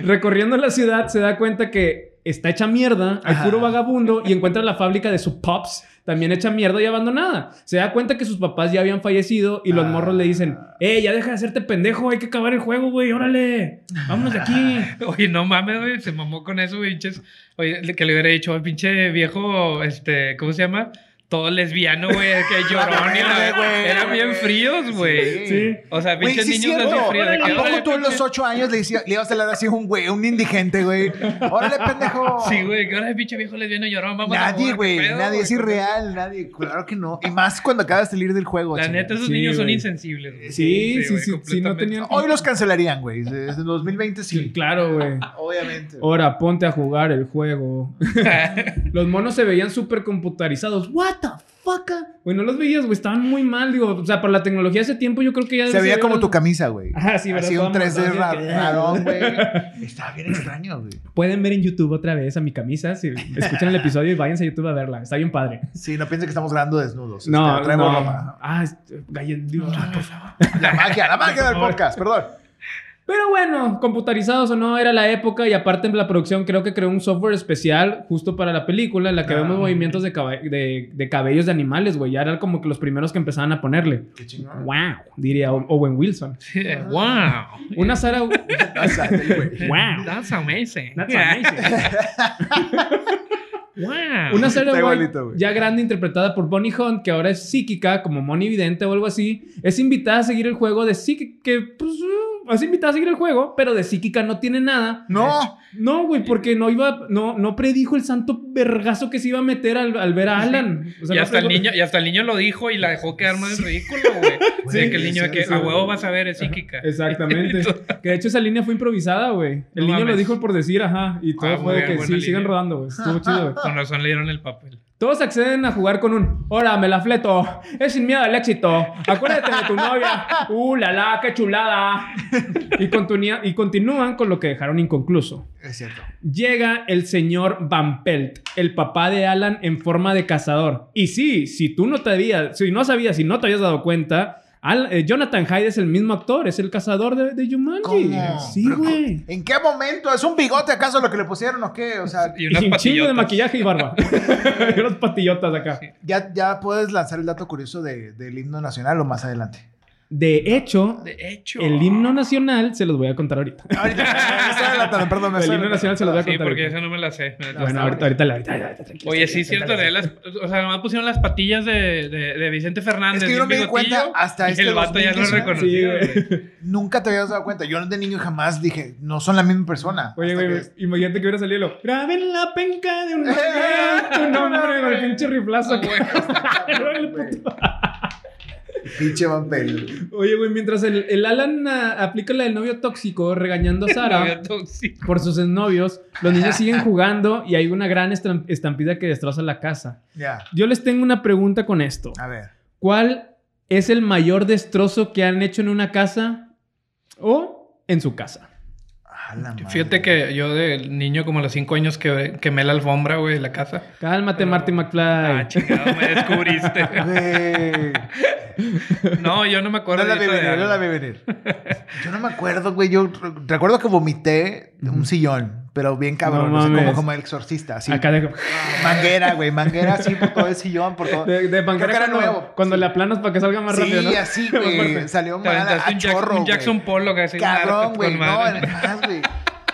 A: Recorriendo la ciudad se da cuenta que está hecha mierda, hay
C: Ajá.
A: puro vagabundo y encuentra la fábrica de sus pops también hecha mierda y abandonada. Se da cuenta que sus papás ya habían fallecido y los
C: Ah.
A: morros le dicen, eh, ya deja de hacerte pendejo, hay que acabar el juego, güey, órale, vámonos de aquí.
B: Oye, no mames, güey, se mamó con eso, güey, pinches. Oye, le- que le hubiera dicho, "Ay, pinche viejo, este, ¿cómo se llama? Todo lesbiano, güey, que llorón y la
C: Verde, güey.
B: Eran bien fríos, güey.
A: Sí.
B: O sea,
C: Güey,
B: pinches
C: sí es
B: niños
C: cierto.
B: así fríos. de que,
C: ¿A
B: "Órale,
C: poco tú a los
B: pinche-"
C: ocho años le, decía- le ibas a hablar así a un güey, un indigente, güey? Órale, pendejo.
B: Sí, güey, que ahora pinche viejo lesbiano llorón, vamos a
C: Nadie,
B: jugar,
C: güey.
B: ¿qué pedo,
C: Nadie es irreal, nadie. Claro que no. Y más cuando acabas de salir del juego.
B: La
C: chingada.
B: neta, esos
A: Sí,
B: niños son
A: güey.
B: insensibles, güey.
A: Sí, sí,
B: güey,
A: sí, sí, no
B: completamente.
A: tenían...
C: Hoy los cancelarían, güey. Desde 2020 sí.
A: Sí, claro, güey.
C: Obviamente.
A: Ahora ponte a jugar el juego. Los monos se veían súper computarizados. What the fuck? Güey, no los veías, güey. Estaban muy mal, digo. O sea, para la tecnología de ese tiempo yo creo que ya...
C: Se veía como tu
A: tu
C: camisa, güey.
A: Ajá, sí, ¿verdad?
C: Así un
A: Toda
C: 3D
A: montada,
C: ra-
A: así que- "Ah,
C: rarón, güey. Estaba bien extraño, güey.
A: Pueden ver en YouTube otra vez a mi camisa. Si escuchan el episodio y váyanse a YouTube a verla. Está bien padre.
C: Sí, no piensen que estamos grabando desnudos.
A: No,
C: Este, traemos
A: no.
C: ropa.
A: Ah, es- gallen- Dios, por favor.
C: La magia, la magia del podcast, perdón.
A: Pero bueno, computarizados o no, era la época y aparte en la producción creo que creó un software especial justo para la película en la que
B: Ah,
A: vemos
B: ok.
A: movimientos de, cabe- de, de cabellos de animales, güey. Ya eran como que los primeros que empezaban a ponerle.
C: Qué chingón.
A: ¡Wow! Diría O- Owen Wilson.
B: Sí, wow.
A: Una Sara... ¡Wow!
C: Pásate, güey.
B: That's amazing.
A: That's amazing.
B: wow.
A: Una Sarah
C: Está
A: White
C: igualito, güey.
A: ya grande interpretada por Bonnie Hunt, que ahora es psíquica, como Moni Vidente o algo así, es invitada a seguir el juego de psíquica, que pues uh, es invitada a seguir el juego, pero de psíquica no tiene nada.
C: No,
A: No, güey, porque no iba, no, no predijo el santo vergazo que se iba a meter al, al ver a Alan. O sea,
B: y,
A: no
B: hasta el
A: predijo-
B: niño, y hasta el niño lo dijo y la dejó quedar más ridículo, güey. O sea,
C: Sí,
B: que el niño
C: sí,
B: de que
C: sí.
B: a huevo vas a ver es psíquica.
A: Exactamente. que de hecho esa línea fue improvisada, güey. El
B: No
A: niño lo
B: mames.
A: dijo por decir, ajá, y todo
B: Ah, muy
A: fue de
B: bien,
A: que
B: buena
A: sí,
B: línea.
A: sigan rodando, güey. Estuvo chido, güey.
B: Con razón le dieron el papel.
A: Todos acceden a jugar con un Ahora me la fleto, es sin miedo al éxito. Acuérdate de tu novia. Uh, la la, qué chulada. Y, continúa- y continúan con lo que dejaron inconcluso.
C: es cierto.
A: Llega el señor Van Pelt, el papá de Alan en forma de cazador. Y sí, si tú no te habías, si no sabías, si no te habías dado cuenta, Al- eh, Jonathan Hyde es el mismo actor, es el cazador de, de Jumanji.
C: ¿Cómo?
A: Sí,
C: Pero,
A: güey.
C: ¿En qué momento? ¿Es un bigote acaso lo que le pusieron o qué? O sea,
B: Y
A: Y un
B: unas
A: chingo de
B: patillotas.
A: maquillaje y barba. y unas patillotas acá.
C: ya, ya puedes lanzar el dato curioso de- del himno nacional o más adelante.
A: De hecho,
B: De hecho.
A: El himno nacional se los voy a contar ahorita.
C: Ahorita me estoy adelantando, perdón. me
A: el
C: estoy
A: himno
C: adelantando.
A: nacional se los voy a
B: Sí,
A: contar
B: porque
A: ahorita.
B: esa no me la sé.
A: Ah,
B: Me la
A: Bueno,
B: sé.
A: ahorita, ahorita, ahorita, ahita, ahorita, tranquila,
B: Oye, sí,
A: tranquila,
B: cierto.
A: tranquila.
B: leí las- o sea, nomás pusieron las patillas de, de, de Vicente Fernández.
C: Es que yo
B: y
C: no
B: un
C: me di
B: bigotillo,
C: cuenta hasta
B: y
C: este
B: El vato ya lo
C: 2019.
A: Sí,
B: reconocía.
A: güey.
C: Nunca te habías dado cuenta. Yo de niño jamás dije, no son la misma persona.
A: Oye,
C: Hasta
A: güey,
C: que-
A: imagínate que hubiera salido lo. Graben la penca de un tu nombre, con el pinche
B: Ah,
A: riflazo. acá. El puto-
C: Pinche vampiro.
A: Oye, güey, mientras el, el Alan ah, aplica la del novio tóxico regañando a Sara
B: tóxico.
A: por sus novios, los niños siguen jugando y hay una gran estam- estampida que destroza la casa.
C: Ya,
A: Yo les tengo una pregunta con esto.
C: a ver.
A: ¿Cuál es el mayor destrozo que han hecho en una casa o en su casa?
C: A la madre.
B: Fíjate que yo de niño, como a los cinco años, que quemé la alfombra, güey, de la casa.
A: Cálmate,
B: Pero-
A: Marty McFly.
B: Ah, chingado, me descubriste.
C: Güey.
B: No, yo no me acuerdo.
C: No la vi
B: ahorita de
C: venir, no la
B: algo.
C: vi venir. Yo no me acuerdo, güey. Yo re- recuerdo que vomité de un sillón, pero bien cabrón.
A: No
C: o sea,
A: mames.
C: como, como el exorcista, así.
A: Acá de,
C: Manguera, güey. Manguera así por todo el sillón, por todo.
A: de, de banquera
C: Oh. Creo que era
A: cuando,
C: nuevo.
A: cuando
C: Sí.
A: le aplanas para que salga más
C: sí,
A: rápido, ¿no?
C: así,
A: Más fuerte.
C: güey. Salió
B: Te
C: mal a,
B: aventaste
C: a
B: un, Jack-
C: chorro,
B: un
C: güey.
B: Jackson Polo que así,
C: Cabrón,
B: hartas
C: güey.
B: con
C: No,
B: madre.
C: además, güey.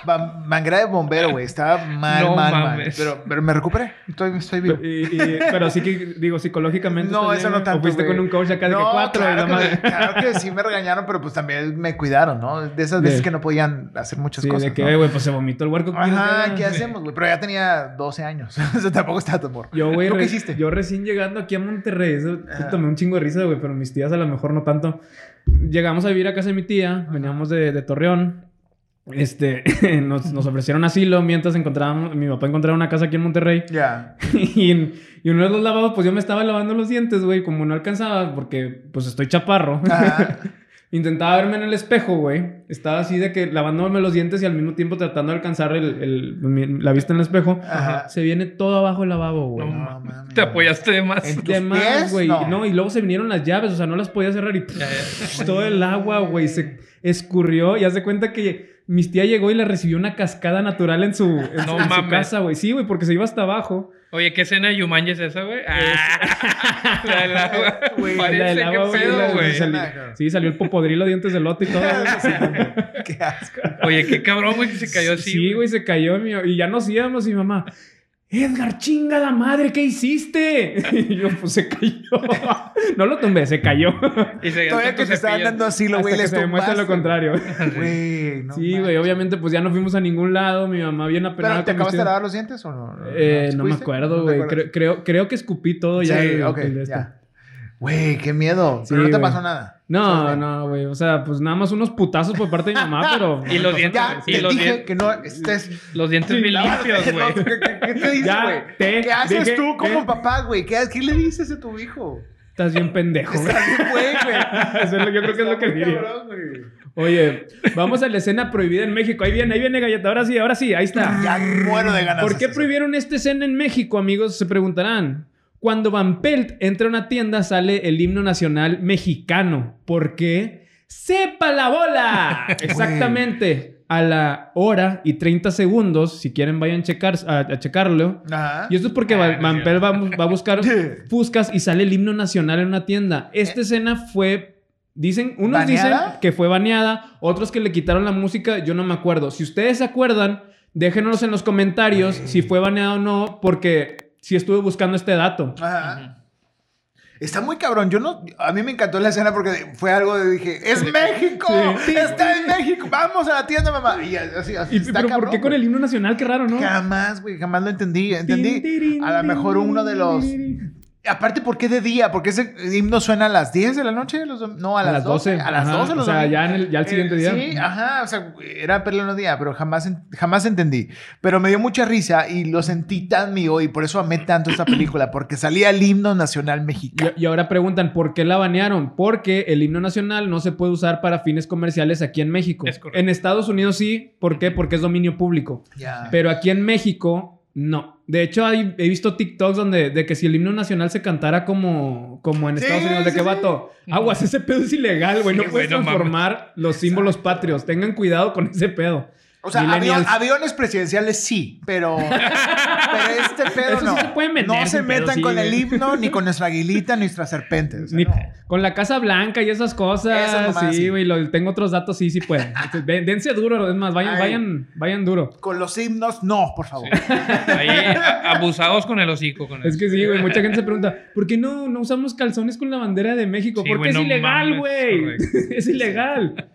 C: Ba- Manguera de bombero, güey. Estaba mal,
B: No
C: mal, mal.
B: mames.
C: Pero, pero me recuperé. Estoy, estoy vivo.
A: Pero- y- y- pero sí que, digo, psicológicamente.
C: No,
A: estás
C: eso
A: bien, ¿eh?
C: no
A: ¿o
C: tanto.
A: fuiste
C: güey.
A: con un coach acá de que
C: No,
A: cuatro y
C: Claro,
A: la madre.
C: que, claro que sí me regañaron, pero pues también me cuidaron, ¿no? De esas veces
A: De-
C: que no podían hacer muchas
A: Sí,
C: cosas.
A: de que,
C: ¿no?
A: "Eh, güey, pues se vomitó el huerco. ¿qué quieres que
C: Ajá,
A: haga?"
C: ¿qué hacemos, güey? Pero ya tenía 12 años. o sea, tampoco estaba tan morro.
A: Yo, güey,
C: ¿Tú qué
A: re-
C: hiciste? Ah.
A: yo recién llegando aquí a Monterrey, eso
C: Ajá.
A: puta, me da un chingo de risa, güey, pero mis tías a lo mejor no tanto. Llegamos a vivir a casa de mi tía, veníamos de, de Torreón. Este, nos, nos ofrecieron asilo mientras encontrábamos, mi papá encontraba una casa aquí en Monterrey.
C: Ya.
A: y, en, y uno de los lavados, pues yo me estaba lavando los dientes, güey, como no alcanzaba, porque pues estoy chaparro.
C: Ajá.
A: Intentaba verme en el espejo, güey. Estaba así de que lavándome los dientes y al mismo tiempo tratando de alcanzar el, el- mi- la vista en el espejo.
C: Ajá.
A: Se viene todo abajo el lavabo, güey.
B: No
C: No mames.
B: Te apoyaste de más.
C: En-
A: De
C: ¿Tus
A: más,
C: pies?
A: güey. No.
C: No.
A: y luego se vinieron las llaves, o sea, no las podía cerrar y
B: Ya,
A: todo el agua, güey, se escurrió. Y hace cuenta que mis tía llegó y le recibió una cascada natural en su, en su-
B: No
A: en su
B: mames.
A: casa, güey. Sí, güey, porque se iba hasta abajo.
B: Oye, ¿qué escena de Yumanji es esa, güey? Ah, la del agua.
C: Güey,
B: Parece
A: La del
B: que
A: agua, güey, la-
B: pedo, güey.
A: salió- Sí, salió el popodrilo, dientes de lote y todo. güey.
C: Qué asco.
B: Oye, qué cabrón, güey, que se cayó así.
A: Sí, güey, se cayó mío. Y ya nos íbamos y mi mamá. Edgar, chinga la madre, ¿qué hiciste? Y yo, pues se cayó. No lo tumbé, se cayó.
B: Y se gastaron
C: Todavía que
B: tus
C: te estaban
B: cepillos.
C: dando asilo, güey.
A: Hasta que
C: les
A: se demuestra
C: tumbaste.
A: lo contrario.
C: Güey, no
A: sí, güey,
C: manches.
A: obviamente, pues ya no fuimos a ningún lado. Mi mamá bien apenada.
C: ¿Pero te
A: con mis
C: acabaste de
A: tíos.
C: lavar los dientes o no?
A: Eh, no me
C: ¿Escupiste?
A: acuerdo,
C: ¿No te
A: güey.
C: acuerdas?
A: creo, creo, creo que escupí todo ya.
C: Sí,
A: el-
C: ok,
A: el de este. esto.
C: ya. Güey, qué miedo.
A: Sí,
C: Pero no te
A: güey.
C: pasó nada.
A: No,
C: Estás bien.
A: no, güey. O sea, pues nada más unos putazos por parte de mi mamá, pero.
B: Y los dientes,
C: Ya
B: y
C: te
B: los,
C: dije
B: dien-
C: que no estés...
B: los dientes bien limpios, güey.
C: No, ¿Qué qué- qué te dices,
A: Ya
C: güey?
A: te
C: ¿Qué haces
A: dije
C: tú como
A: que-
C: papá, güey? ¿Qué, qué le dices a tu hijo?
A: Estás bien pendejo, güey.
C: Estás bien, güey, güey.
A: Eso es lo- yo creo que es lo que
C: Está muy
A: diría.
C: cabrón, güey.
A: Oye, vamos a la escena prohibida en México. Ahí viene, ahí viene galleta. Ahora sí, ahora sí, ahí está.
C: Ah, Ya muero de ganas.
A: ¿Por qué
C: de hacer
A: prohibieron esta escena en México, amigos? Se preguntarán. Cuando Van Pelt entra a una tienda, sale el himno nacional mexicano. ¿Por qué? ¡Sepa la bola! Exactamente. A la hora y 30 segundos, si quieren vayan checar, a, a checarlo.
C: Ajá.
A: Y esto es porque
B: Ah,
A: Val-
B: no es
A: Mampel va, va a buscar fuscas y sale el himno nacional en una tienda. Esta escena fue... Dicen, unos
C: Eh. ¿Baneada?
A: dicen que fue baneada, otros que le quitaron la música, yo no me acuerdo. Si ustedes se acuerdan, déjenos en los comentarios si fue baneada o no, porque sí estuve buscando este dato.
C: Ah, Ajá. Está muy cabrón. Yo no, a mí me encantó la escena porque fue algo de dije, ¡Es México!
A: Sí.
C: ¡Está en México! ¡Vamos a la tienda, mamá! Y así, así
A: Y-
C: está
A: pero ¿por
C: cabrón,
A: qué con
C: güey.
A: el himno nacional? Qué raro, ¿no?
C: Jamás, güey, jamás lo entendí.
A: Tin, tirin,
C: Entendí. A lo
A: tin,
C: mejor uno de los.
A: tirin.
C: Aparte, ¿por qué de día? Porque ese himno suena a las 10 de la noche. los dom- no, a, las 12. A las
A: ajá.
C: 12 los
A: O sea,
C: domingos.
A: ya, en el, ya el
C: Eh,
A: siguiente día.
C: Sí, ajá, o sea, era pleno día, pero jamás, en- jamás entendí. Pero me dio mucha risa y lo sentí tan mío y por eso amé tanto esta película, porque salía el himno nacional mexicano.
A: Y, y ahora preguntan, ¿por qué la banearon? Porque el himno nacional no se puede usar para fines comerciales aquí en México.
B: Es correcto.
A: en Estados Unidos sí, ¿por qué? Porque es dominio público.
C: Ya.
A: Pero aquí en México, no. De hecho, hay- he visto TikToks donde de que si el himno nacional se cantara como, como en
C: Sí,
A: Estados Unidos, de
C: sí,
A: que
C: sí.
A: vato, aguas, ese pedo es ilegal, güey.
B: Sí,
A: no
B: güey,
A: puedes
B: no mames.
A: transformar los símbolos patrios. Tengan cuidado con ese pedo.
C: o sea,
A: millennials.
C: avión- aviones presidenciales sí, pero, pero este pedo
A: Eso sí
C: no.
A: se puede meter,
C: no se
A: sin pedo,
C: metan
A: sí,
C: con
A: güey.
C: el himno, ni con nuestra aguilita, ni nuestras serpentes. o sea,
A: Ni-
C: no.
A: Con la Casa Blanca y esas cosas.
C: Esas mamadas,
A: sí,
C: sí.
A: güey. lo- Tengo otros datos, sí, sí pueden. Entonces, ven- dense duro, es más, vayan,
C: Ay.
A: vayan, vayan duro.
C: Con los himnos, no, por favor.
B: Ahí, a- abusados con el hocico. Con el-
A: Es que sí, güey. Mucha gente se pregunta, ¿por qué no, no usamos calzones con la bandera de México?
B: Sí,
A: Porque
B: güey,
A: es
B: no
A: ilegal,
B: mames,
A: güey.
B: correcto.
A: es ilegal.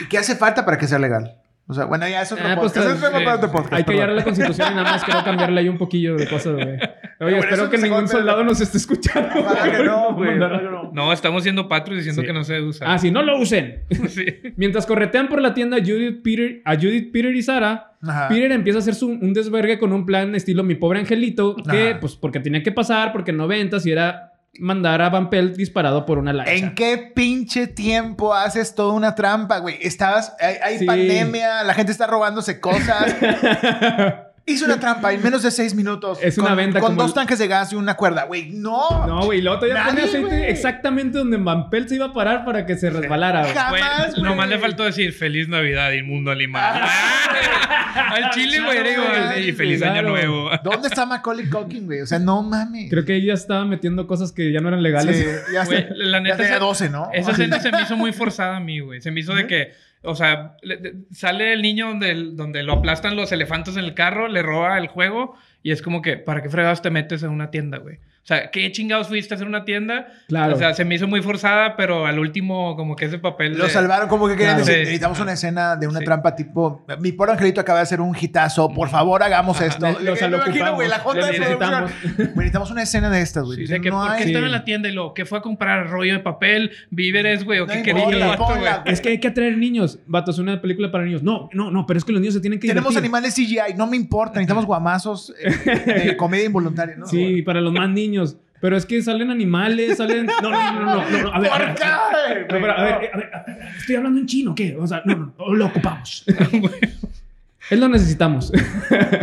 C: ¿Y qué hace falta para que sea legal? O sea, bueno, ya es otro
A: Ah, pues,
C: podcast. Eso es tema
B: sí.
C: para otro podcast,
A: Hay que
C: perdón.
A: hallar la constitución y nada más quiero cambiarle ahí un poquillo de cosas, güey. Oye,
C: bueno,
A: espero
C: eso
A: que
C: se
A: ningún
C: golpea,
A: soldado
C: ¿no?
A: nos esté escuchando.
C: Ojalá que no,
A: Nos
C: güey,
A: mandaron-
C: ojalá que no.
B: No, estamos siendo patrios diciendo
A: Sí.
B: que no se usa.
A: Ah, sí, no lo usen.
B: Sí.
A: Mientras corretean por la tienda a Judith, Peter, a Judith, Peter y Sara,
C: Ajá.
A: Peter empieza a hacer su- un desvergue con un plan estilo Mi Pobre Angelito, que
C: Ajá.
A: pues porque tenía que pasar, porque en 90 si era mandar a Van Pelt disparado por una lanza.
C: ¿En qué pinche tiempo haces toda una trampa, güey? Estabas, hay, hay
A: Sí.
C: pandemia, la gente está robándose cosas. Hice una trampa en menos de seis minutos.
A: Es una
C: con,
A: venta
C: Con
A: como
C: dos
A: el-
C: tanques de gas y una cuerda, güey. No.
A: No, güey, luego todavía pone
C: Nadie,
A: aceite
C: güey.
A: exactamente donde Van Pelt se iba a parar para que se resbalara. güey.
C: Ja-
B: Güey,
C: Jamás, güey.
B: nomás le faltó decir feliz Navidad, inmundo animal. Al chile,
C: Claro,
B: güey, era igual.
C: güey,
B: Y feliz
A: claro.
B: año nuevo.
C: ¿Dónde está Macaulay Culkin, güey? O sea, no mames.
A: Creo que ella estaba metiendo cosas que ya no eran legales.
C: Sí, ya,
B: Güey,
C: se-
B: la
C: ya
B: neta.
C: tenía
B: se-
C: 12, ¿no?
B: Esa escena se me hizo muy forzada a mí, güey. Se me hizo de que, o sea, le- de- sale el niño donde, el- donde lo aplastan los elefantes en el carro, le roba el juego y es como que, ¿para qué fregados te metes en una tienda, güey? O sea, ¿qué chingados fuiste a hacer una tienda?
A: Claro.
B: O sea, se me hizo muy forzada, pero al último, como que ese papel.
C: Lo
B: de-
C: salvaron como que querían
A: Claro.
C: decir,
B: Sí.
C: necesitamos una escena de una
B: Sí.
C: trampa tipo, mi pobre angelito acaba de hacer un hitazo, por favor hagamos esto.
A: Lo- lo- o sea, lo
C: Me imagino, güey, la
A: ocupamos,
C: junta
A: lo
C: de producción.
A: necesitamos.
C: Güey, necesitamos una escena de estas, güey.
B: Sí, de que,
C: no
B: ¿por qué
C: hay.
B: estaba
A: Sí.
B: en la tienda y lo que fue a comprar rollo de papel, víveres, güey? ¿O
C: No
B: qué
C: importa,
B: quería el vato, güey?
C: ponla.
A: Es que hay que atraer niños. Vato, es una película para niños. No, no, no, pero es que los niños se tienen que
C: Tenemos
A: divertir.
C: animales CGI, no me importa, necesitamos guamazos eh, de comedia involuntaria, ¿no?
A: Sí, para los más niños. Pero es que salen animales, salen. No, no, no, no. no, no, A ver, a ver,
C: ¿Por qué?
A: No, pero, a, ver, eh, a ver, a ver, estoy hablando en chino, ¿qué? O sea, no, no, no, lo ocupamos. Él lo necesitamos.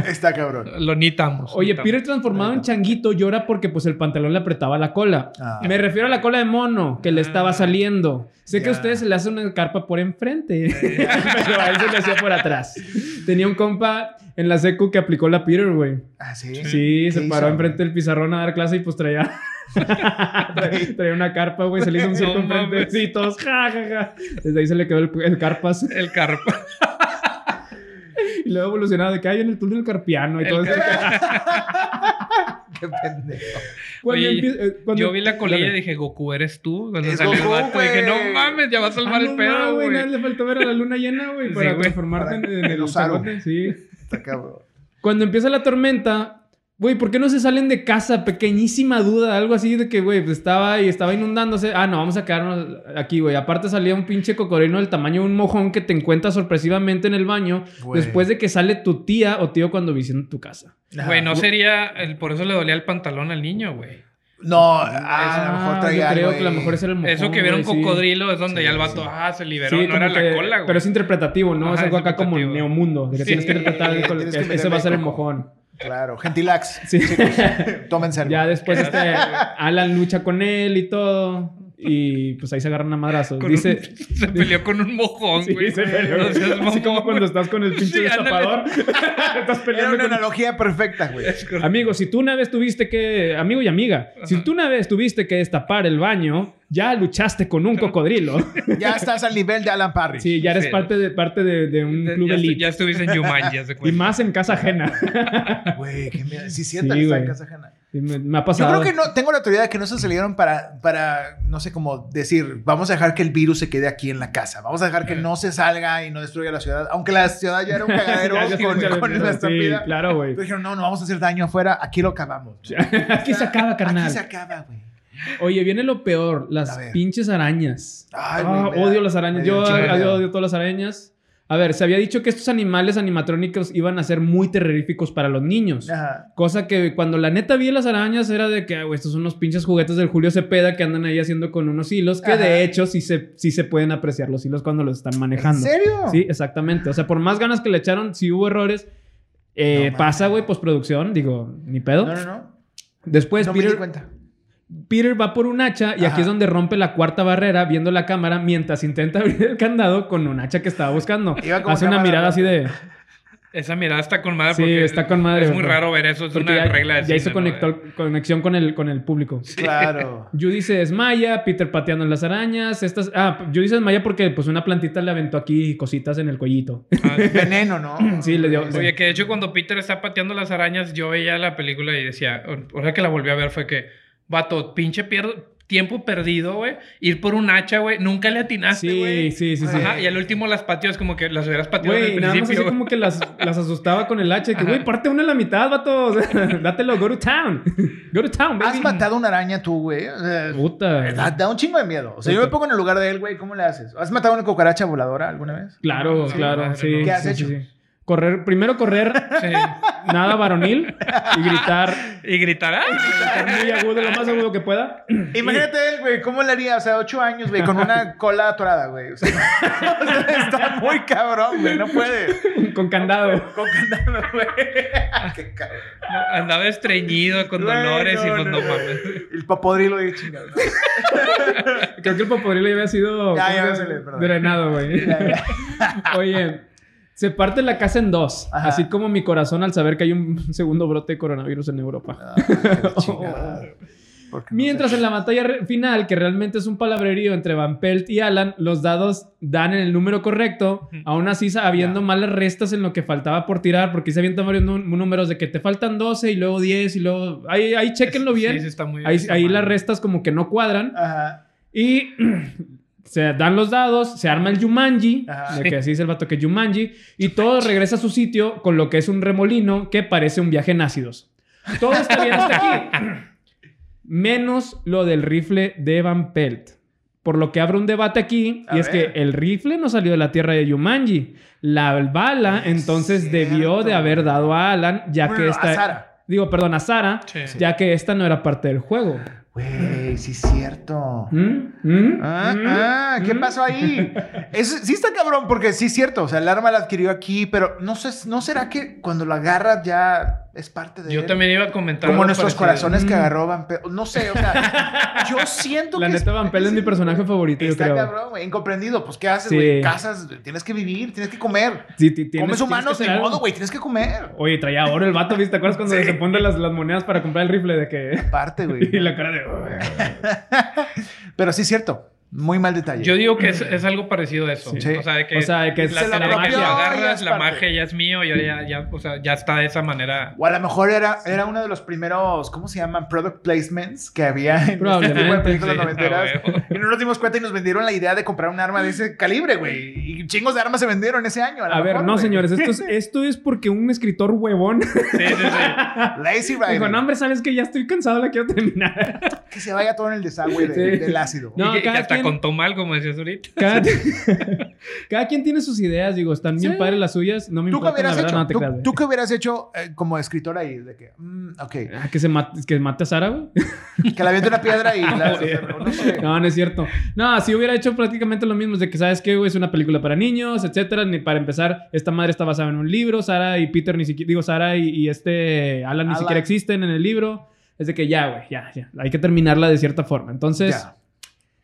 C: Está cabrón.
B: Lo nitamos.
A: Oye,
B: nitamos.
A: Peter transformado en changuito llora porque pues el pantalón le apretaba la cola.
C: Ah.
A: Me refiero a la cola de mono que le
B: Ah.
A: estaba saliendo. Sé que a
C: Ya.
A: ustedes se le hace una carpa por enfrente, pero a él se le hacía por atrás. Tenía un compa en la secu que aplicó la Peter, güey.
C: Ah, sí.
A: Sí,
C: ¿Qué
A: se
C: hizo?
A: paró enfrente del pizarrón a dar clase y pues traía. tra- traía una carpa, güey. Se le hizo un circo
B: No
A: enfrente.
B: mames.
A: Sí, todos, ja, ja, ja. Desde ahí se le quedó el, el carpas.
B: El carro.
A: Y luego evolucionaba de que hay en el túnel carpiano y
B: El
A: todo eso.
C: Qué pendejo.
A: Cuando
B: Oye,
A: empie- eh, cuando-
B: Yo vi la colilla y
A: Dale.
B: dije, Goku, ¿eres tú? Cuando
C: Es
B: salió el
C: Goku,
B: vato, dije,
C: güey.
B: no mames, ya va a
A: Ah,
B: salvar
A: no,
B: el pedo,
A: güey.
B: güey.
A: Nada, le faltó ver a la luna llena, güey,
B: Sí,
A: para
B: güey.
A: transformarte en,
C: Para-
A: en
C: en
A: el
C: los aros.
A: zapote, Sí.
C: Está cabrón.
A: Cuando empieza la tormenta, güey, ¿por qué no se salen de casa? Pequeñísima duda, algo así de que, güey, pues estaba y estaba inundándose. Ah, no, vamos a quedarnos aquí, güey. Aparte salía un pinche cocodrilo del tamaño de un mojón que te encuentras sorpresivamente en el baño
C: Güey.
A: después de que sale tu tía o tío cuando visiten tu casa.
B: Güey,
A: Ah,
C: Ah,
B: no sería... el- por eso le dolía el pantalón al niño, güey.
C: No, ah, a lo mejor traía
A: yo creo
C: algo
A: que a lo
C: ahí.
A: mejor ese era el mojón.
B: Eso que vieron
A: güey, sí.
B: cocodrilo es donde
A: Sí,
B: ya el vato,
A: sí.
B: ah, se
A: Sí,
B: liberó, no
A: como
B: era la
A: que-
B: cola, güey.
A: Pero es interpretativo, ¿no?
B: Ajá,
A: es algo acá como
B: interpretativo.
A: neomundo, de que
B: Sí.
A: tienes que interpretar con-
C: Tienes que
A: ese va a ser el
C: meterle coco.
A: mojón.
C: Claro, Gentilax.
A: Sí.
C: Tómense algo.
A: Ya después este, Alan lucha con él y todo. Y pues ahí se agarran a madrazos.
B: Con
A: Dice.
B: un- se peleó con un mojón,
A: Sí,
B: güey.
A: se peleó.
B: No seas
A: Así
B: mamón,
A: como cuando
B: güey.
A: estás con el pinche
B: Sí,
A: destapador.
B: ándale.
A: estás
C: Era
A: peleando
C: una
A: con
C: analogía perfecta, güey.
B: Es correcto.
A: Amigo, si tú una vez tuviste que, amigo y amiga, si
B: Ajá.
A: tú una vez tuviste que destapar el baño, ya luchaste con un cocodrilo.
C: Ya estás al nivel de Alan Parry.
A: Sí, ya eres
B: Sí.
A: parte de parte de, de un
B: Ya-
A: club
B: ya,
A: elite.
B: ya estuviste en Yuman, ya se
A: y
B: cuenta.
A: más en casa ajena.
C: Güey, qué miedo. Sí, cierto,
A: Sí,
C: que está en
A: güey.
C: casa ajena.
A: Y me, me ha
C: Yo
A: pasado.
C: creo que no, tengo la teoría de que no se salieron para, para, no sé cómo decir, vamos a dejar que el virus se quede aquí en la casa, vamos a dejar que
B: Sí.
C: no se salga y no destruya la ciudad, aunque la ciudad ya era un cagadero
A: Ya, ya
C: con,
A: escucha-
C: con la
A: sí,
C: estampida.
A: claro, güey.
C: Pero dijeron, no, no vamos a hacer daño afuera, aquí lo acabamos. ¿no?
A: Aquí se acaba, carnal.
C: Aquí se acaba, güey.
A: Oye, viene lo peor,
C: A
A: las
C: ver.
A: pinches arañas.
C: Ay,
A: Ah,
C: güey, me
A: odio
C: da-
A: las
C: me
A: arañas.
C: dio
A: Yo
C: un chingo de
A: ah,
C: miedo.
A: odio todas las arañas. A ver, se había dicho que estos animales animatrónicos iban a ser muy terroríficos para los niños.
C: Ajá.
A: Cosa que cuando la neta vi las arañas era de que, ah, güey, estos son unos pinches juguetes del Julio Cepeda que andan ahí haciendo con unos hilos, que
C: Ajá.
A: de hecho sí se, sí se pueden apreciar los hilos cuando los están
C: ¿En
A: manejando.
C: serio?
A: Sí, exactamente. O sea, por más ganas que le echaron, si hubo errores, eh,
C: No mames.
A: pasa, güey, postproducción, digo, ni pedo.
C: No, no, no.
A: Después
C: no me di
A: Pues Peter,
C: cuenta.
A: Peter va por un hacha y
C: Ajá.
A: aquí es donde rompe la cuarta barrera viendo la cámara mientras intenta abrir el candado con un hacha que estaba buscando.
C: Iba como
A: Hace una
C: cámara,
A: mirada
C: ¿no?
A: así de...
B: Esa mirada está con madre
A: Sí,
B: porque
A: está con madre,
B: Es muy
A: güey.
B: raro ver eso, es
A: Porque
B: una
A: ya,
B: regla de
A: ya hizo
B: cine, ¿no?
A: conector- conexión con el, con el público.
C: Claro.
A: Judy se desmaya, Peter pateando en las arañas. Estas, ah, Judy se desmaya porque pues una plantita le aventó aquí cositas en el cuellito.
B: Ah,
C: Veneno, ¿no?
A: Sí, le dio- le-
B: Oye, que de hecho cuando Peter está pateando las arañas, yo veía la película y decía, o- o sea que la volví a ver fue que, vato, pinche pier- tiempo perdido, güey, ir por un hacha, güey, nunca le atinaste, Ah, güey.
A: Sí, sí, sí, sí.
B: Ajá, y al último las pateó, es como que las hubieras pateado
A: Güey,
B: desde
A: nada
B: el
A: más así
B: principio.
A: como que las, las asustaba con el hacha. Que, güey, parte una en la mitad, vato. O sea, Dátelo, go to town. Go to town, baby.
C: ¿Has matado una araña tú, güey? O sea, Da,
A: Puta.
C: da un chingo de miedo. O sea, yo me pongo en el lugar de él, güey. ¿Cómo le haces? ¿Has matado una cucaracha voladora alguna vez?
A: Claro,
B: Sí,
A: claro.
B: madre,
A: Sí,
B: ¿no?
C: ¿Qué has
A: sí, sí,
C: hecho?
A: sí. Correr, primero correr
B: Sí.
A: nada varonil y gritar,
B: Y "Ah", gritará.
A: gritar muy agudo, lo más agudo que pueda.
C: Imagínate él, güey. ¿Cómo le haría? O sea, ocho años, güey, con una cola atorada, güey. O sea, o sea, está muy cabrón, güey. No puede.
A: Con candado.
C: Con candado, güey. Qué cabrón.
B: Andaba estreñido con
C: Güey,
B: dolores y
C: no,
B: pues
C: no,
B: no,
C: no.
B: mames.
C: El papodrilo de chingado. ¿no?
A: Creo que el popodrilo ya había sido
C: Ya, ya
A: ¿cómo
C: me
A: se-
C: sale, perdón.
A: drenado, güey. Oye, se parte la casa en dos,
C: Ajá.
A: así como mi corazón al saber que hay un segundo brote de coronavirus en Europa.
C: Ah, qué chingada. ¿Por qué no
A: Mientras
C: sé?
A: en la batalla re- final, que realmente es un palabrerío entre Van Pelt y Alan, los dados dan en el número correcto,
B: Ujú.
A: aún así sa- habiendo
C: Ya.
A: malas restas en lo que faltaba por tirar, porque se avientan varios nu- números de que te faltan 12 y luego 10 y luego... Ahí, ahí chequenlo bien.
B: Sí, sí, está muy
A: ahí
B: está
A: ahí
B: mal.
A: las restas como que no cuadran.
C: Ajá.
A: Y se dan los dados, se arma el Yumanji,
C: Ajá.
A: de que así dice el vato que es Yumanji, y todo regresa a su sitio con lo que es un remolino que parece un viaje en ácidos. Todo está bien hasta aquí. Menos lo del rifle de Van Pelt. Por lo que abre un debate aquí, y
C: A
A: es
C: ver.
A: que el rifle no salió de la tierra de Yumanji. La bala,
C: Es
A: entonces, debió
C: cierto.
A: de haber dado a Alan, ya
C: Bueno,
A: que
C: no,
A: esta.
C: a Sara.
A: Digo, perdón, a Sara,
B: Sí.
A: ya que esta no era parte del juego.
C: Güey, sí es cierto.
A: ¿Mm? ¿Mm?
C: Ah,
A: ¿Mm?
C: ah, ¿qué
A: ¿Mm?
C: pasó ahí? Eso, sí está cabrón, porque sí es cierto. O sea, el arma la adquirió aquí, pero no sé, ¿no será que cuando lo agarra ya es parte de
B: Yo
C: él?
B: también iba a comentar.
C: Como
B: algo
C: nuestros
B: parecido.
C: corazones que
A: Mm.
C: agarró Van Pe- No sé, o sea, yo siento
A: La
C: que...
A: neta, Van Pelt es mi personaje favorito, yo
C: Está
A: creo.
C: cabrón, güey. Incomprendido. Pues, ¿qué haces,
A: Sí.
C: güey? Casas, tienes que vivir, tienes que comer.
A: Sí, ti- tienes- tienes
C: Comes
A: que
C: humanos,
A: hacer
C: de
A: algo.
C: modo, güey. Tienes que comer.
A: Oye, traía oro el vato, ¿viste? ¿Te acuerdas cuando se pone las, las monedas para comprar el rifle de que...
C: Parte,
A: y
C: güey.
A: la cara de...
C: Pero sí es cierto. Muy mal detalle.
B: Yo digo que es, es algo parecido a eso.
A: Sí.
B: O sea, de que,
A: O sea, de que
B: la,
A: se la
B: la
A: apropió,
B: magia la
C: ya es
B: agarras, la
C: parte.
B: magia ya es mío, ya, ya, ya, o sea, ya está de esa manera.
C: O a lo mejor era, era uno de los primeros, ¿cómo se llaman? Product placements que había en este tipo de
A: Probablemente,
C: películas
B: sí,
C: noventeras.
B: a huevo.
C: Y no nos dimos cuenta y nos vendieron la idea de comprar un arma de ese calibre, güey. Y chingos de armas se vendieron ese año. lo
A: A ver,
C: mejor,
A: no,
C: güey.
A: señores. Esto es, esto es porque un escritor huevón
B: Sí, sí, sí.
C: Lazy
A: dijo, no,
C: Rider.
A: hombre, ¿sabes que Ya estoy cansado, la quiero terminar.
C: Que se vaya todo en el desagüe de-
A: Sí.
C: del ácido.
A: No,
B: y, que- y
A: cada
B: hasta
A: quien-
B: contó mal, como decías ahorita.
A: Cada, cada quien tiene sus ideas, digo. Están bien
C: Sí.
A: padres las suyas. No me
C: ¿Tú qué
A: importa, la
C: hubieras
A: verdad,
C: hecho?
A: no te
C: ¿Tú,
A: creas, güey.
C: tú qué hubieras hecho eh, como escritor ahí? De que, mm, ok,
A: Ah, que se mate, que mate a Sara, güey.
C: que la aviente una piedra y la... no sé.
A: No, no es cierto. No, si hubiera hecho prácticamente lo mismo, es de que sabes que es una película para niños, etcétera. Ni para empezar, esta madre está basada en un libro. Sara y Peter ni siquiera, digo, Sara y, y este Alan ni
C: Alan.
A: siquiera existen en el libro. Es de que ya, güey, ya, ya. Hay que terminarla de cierta forma. Entonces,
C: Ya.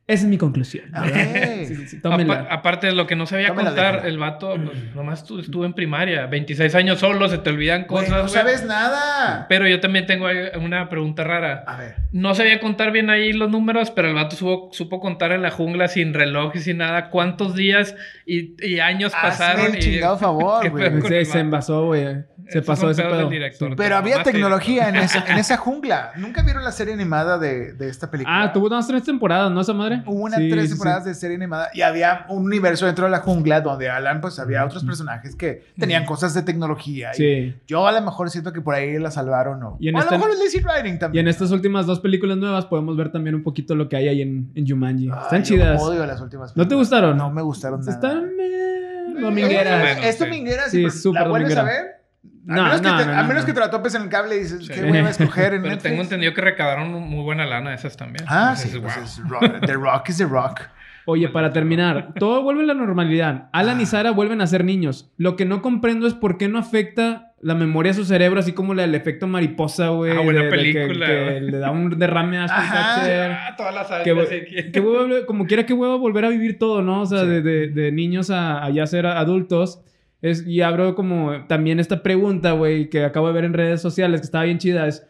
A: Esa es mi conclusión.
C: Ah,
A: ¿verdad?
C: ok.
A: Sí, sí, sí, tómenla.
B: Apa- aparte de lo que no sabía
C: Tómela,
B: contar,
C: déjala.
B: el vato, pues, nomás tú, estuve en primaria, 26 años solo, se te olvidan
C: Güey,
B: cosas.
C: no
B: güey.
C: sabes nada.
B: Pero yo también tengo ahí una pregunta rara.
C: A ver.
B: No sabía contar bien ahí los números, pero el vato supo, supo contar en la jungla sin reloj y sin nada cuántos días y, y años
C: Ah,
B: pasaron.
C: Hazme el
B: y-
C: chingado favor,
B: ¿Qué
C: güey.
B: pedo?
A: se, se envasó, güey. Se
B: Eso
A: pasó
B: es
A: ese
B: un
A: pedo.
B: del director, te
C: Pero había
B: mamaste.
C: tecnología en esa, en esa jungla. ¿Nunca vieron la serie animada de, de esta película?
A: Ah, tuvo unas tres temporadas, ¿no? Esa madre.
C: Hubo unas
A: Sí,
C: tres
A: sí, sí.
C: temporadas de serie animada y había un universo dentro de la jungla donde Alan, pues había otros personajes que tenían cosas de tecnología. y
A: Sí.
C: yo a lo mejor siento que por ahí la salvaron o,
A: Y en
C: o a
A: esta-
C: lo mejor es Lazy Riding
A: Y
C: también.
A: en estas últimas dos películas nuevas podemos ver también un poquito lo que hay ahí en, en Jumanji.
C: Ay,
A: Están
C: yo
A: chidas.
C: odio las últimas.
A: ¿No te
C: películas.
A: gustaron?
C: No me gustaron nada.
A: Están eh,
B: Eh,
A: domingueras.
B: bueno.
C: Es
B: sí.
C: dominguera,
A: Sí,
C: sí,
A: es súper
C: ¿La vuelves a
A: dominguera.
C: ver? A
A: No,
C: menos,
A: no,
C: que te,
A: no,
C: a
A: no,
C: menos
A: no.
C: que te la topes en el cable y dices,
B: Sí.
C: ¿qué voy a escoger
B: Pero
C: en Netflix?
B: tengo entendido que recaudaron muy buena lana de esas también.
C: Ah,
B: Entonces,
C: sí,
B: wow.
C: pues es rock. The Rock is The Rock.
A: Oye, para terminar, todo vuelve a la normalidad.
C: Ah.
A: Alan y Sara vuelven a ser niños. Lo que no comprendo es por qué no afecta la memoria a su cerebro, así como la del efecto mariposa, güey.
B: Ah, buena
A: de- de que-
B: película,
A: que
B: güey.
A: le da un derrame a Ashton
C: Ajá.
A: Kutcher.
B: Ah, todas las
A: Que,
B: altas,
A: vu-
B: sí, que-
A: que vuelve- como quiera que vuelva a volver a vivir todo, ¿no? O sea,
C: Sí.
A: de, de- de niños a, a ya ser adultos. Es, y abro como también esta pregunta, güey, que acabo de ver en redes sociales, que estaba bien chida, es...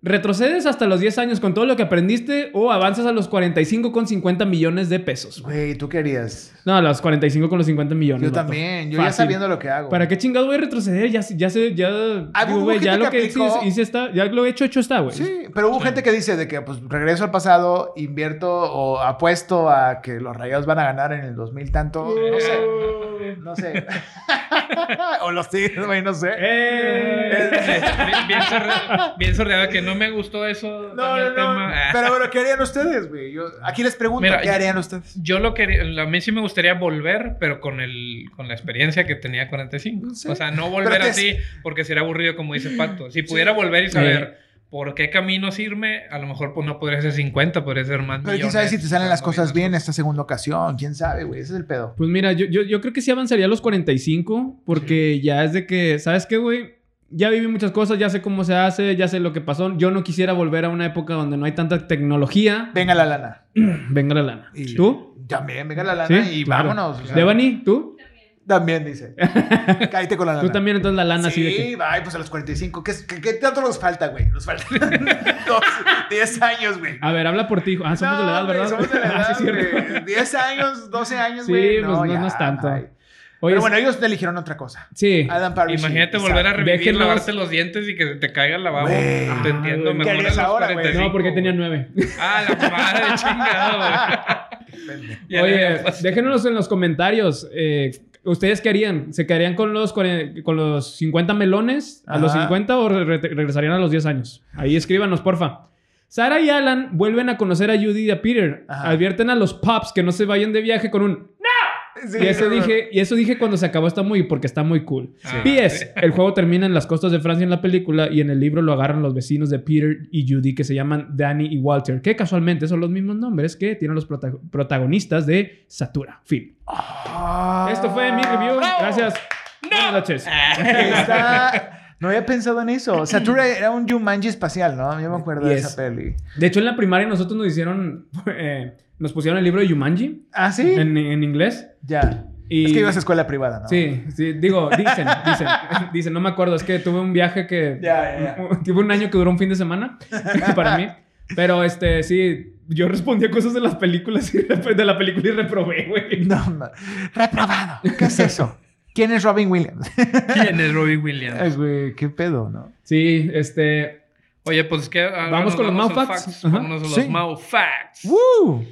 A: ¿Retrocedes hasta los 10 años con todo lo que aprendiste o avanzas a los 45 con 50 millones de pesos? güey?
C: Güey, ¿tú qué harías?
A: No, a los 45 con los 50 millones.
C: Yo
A: vato.
C: también. Yo ya
A: Fácil.
C: sabiendo lo que hago.
A: ¿Para qué chingado voy a retroceder? Ya, sé- ya sé, ya...
C: Ah,
A: digo,
C: hubo
A: güey,
C: gente
A: ya
C: que
A: lo que hice,
C: aplicó-
A: hice está... Ya lo hecho, hecho está, güey.
C: Pues Sí, pero hubo gente que dice de que pues regreso al pasado, invierto o apuesto a que los rayados van a ganar en el 2000 tanto. No sé. No sé. o los tigres, güey, no sé.
A: ¡Eh!
B: Bien- bien, sordeado, bien sordeado que no me gustó eso.
C: No,
B: también
C: no,
B: el
C: no.
B: tema. Ah.
C: Pero bueno, ¿qué harían ustedes, güey? Yo- Aquí les pregunto,
B: Mira,
C: ¿qué
B: yo-
C: harían ustedes?
B: Yo lo que a mí sí me gustaría volver, pero con el con la experiencia que tenía 45.
C: Sí.
B: O sea, no volver
C: Pero te-
B: así porque sería aburrido como dice Pato. Si pudiera volver y saber por qué caminos irme, a lo mejor pues no podría ser 50, podría ser más
C: Pero quién
B: millones,
C: sabe si te salen las
B: moviendo
C: cosas bien esta segunda ocasión. ¿Quién sabe, güey? Ese es el pedo.
A: Pues mira, yo, yo, yo creo que sí avanzaría a los 45, porque ya es de que, ¿sabes qué, güey? Ya viví muchas cosas, ya sé cómo se hace, ya sé lo que pasó. Yo no quisiera volver a una época donde no hay tanta tecnología.
C: Venga la lana.
A: Venga la lana.
C: Y-
A: ¿Tú?
C: También, venga la lana
A: Sí,
C: y
A: claro.
C: vámonos. o sea,
A: Devani, ¿tú?
C: También dice. Cállate con la lana.
A: Tú también, entonces la lana así de que-
C: Sí, ay, pues a los 45. ¿Qué, es- qué, qué tanto nos falta, güey? Nos faltan dos, 10 años, güey.
A: A ver, habla por ti. Ah, somos de la edad,
C: güey,
A: ¿verdad?
C: Somos de la
A: Ah,
C: edad,
A: sí, es cierto.
C: güey. 10 años, 12 años,
A: Sí,
C: güey.
A: pues no, no es tanto.
C: ay.
A: Oye,
C: Pero bueno, ellos eligieron otra cosa.
A: sí.
C: Adam Parrish.
B: Imagínate
C: y-
B: volver a
C: Isaac.
B: revivir,
A: Déjenos-
B: lavarte los dientes y que te caiga el lavabo.
C: Güey.
B: Te entiendo,
A: Ah,
B: mejor
C: ¿qué
B: a
C: harías
B: los
C: ahora, güey?
B: 45,
A: No, porque
B: güey.
A: tenía nueve.
B: Ah, la madre chingado. güey.
A: Oye, déjenos en los comentarios. eh, ¿Ustedes qué harían? ¿Se quedarían con los, cuare- con los 50 melones a los
C: Ajá.
A: 50 o re- re- regresarían a los 10 años? Ahí escríbanos, porfa. Sara y Alan vuelven a conocer a Judy y a Peter.
C: Ajá.
A: Advierten a los pups que no se vayan de viaje con un...
C: Sí,
A: y, eso
C: no, no.
A: dije, y eso dije cuando se acabó está muy... Porque está muy cool.
B: Sí.
A: P.S.
B: Ah, sí.
A: El juego termina en las costas de Francia en la película y en el libro lo agarran los vecinos de Peter y Judy que se llaman Danny y Walter, que casualmente son los mismos nombres que tienen los prota- protagonistas de Satura. Fin.
C: Ah.
A: Esto fue mi review. Gracias. Buenas noches.
C: Está- No había pensado en eso. Satura era un Jumanji espacial, ¿no? Yo me acuerdo de
A: Yes.
C: esa peli.
A: De hecho, en la primaria nosotros nos hicieron, eh, nos pusieron el libro de Jumanji
C: Ah, sí.
A: en, en inglés.
C: Ya.
A: Y
C: Es que ibas a escuela privada, ¿no?
A: Sí, sí, digo, dicen, dicen, dicen, no me acuerdo, es que tuve un viaje que...
C: Ya, ya,
A: Tuve un año que duró un fin de semana para mí, pero este, sí, yo respondí a cosas de las películas y rep- de la película y reprobé, güey.
C: No, no. Reprobado. ¿Qué es eso? ¿Quién es Robin Williams?
B: ¿Quién es Robbie Williams?
A: Eh,
C: Ay, güey, qué pedo, ¿no?
A: Sí, este...
B: Oye, pues es que. ah,
A: Vamos
B: vámonos,
A: con los
B: vamos
A: Mau
B: al
A: Facts. Ajá.
B: Vámonos a los
C: Sí.
B: Mau Facts.
C: ¡Woo!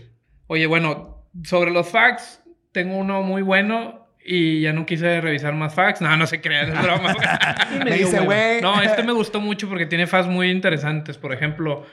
B: Oye, bueno, sobre los facts, tengo uno muy bueno y ya no quise revisar más facts. No, no se crean, es broma.
C: Me dice, güey.
B: no, este me gustó mucho porque tiene facts muy interesantes. Por ejemplo,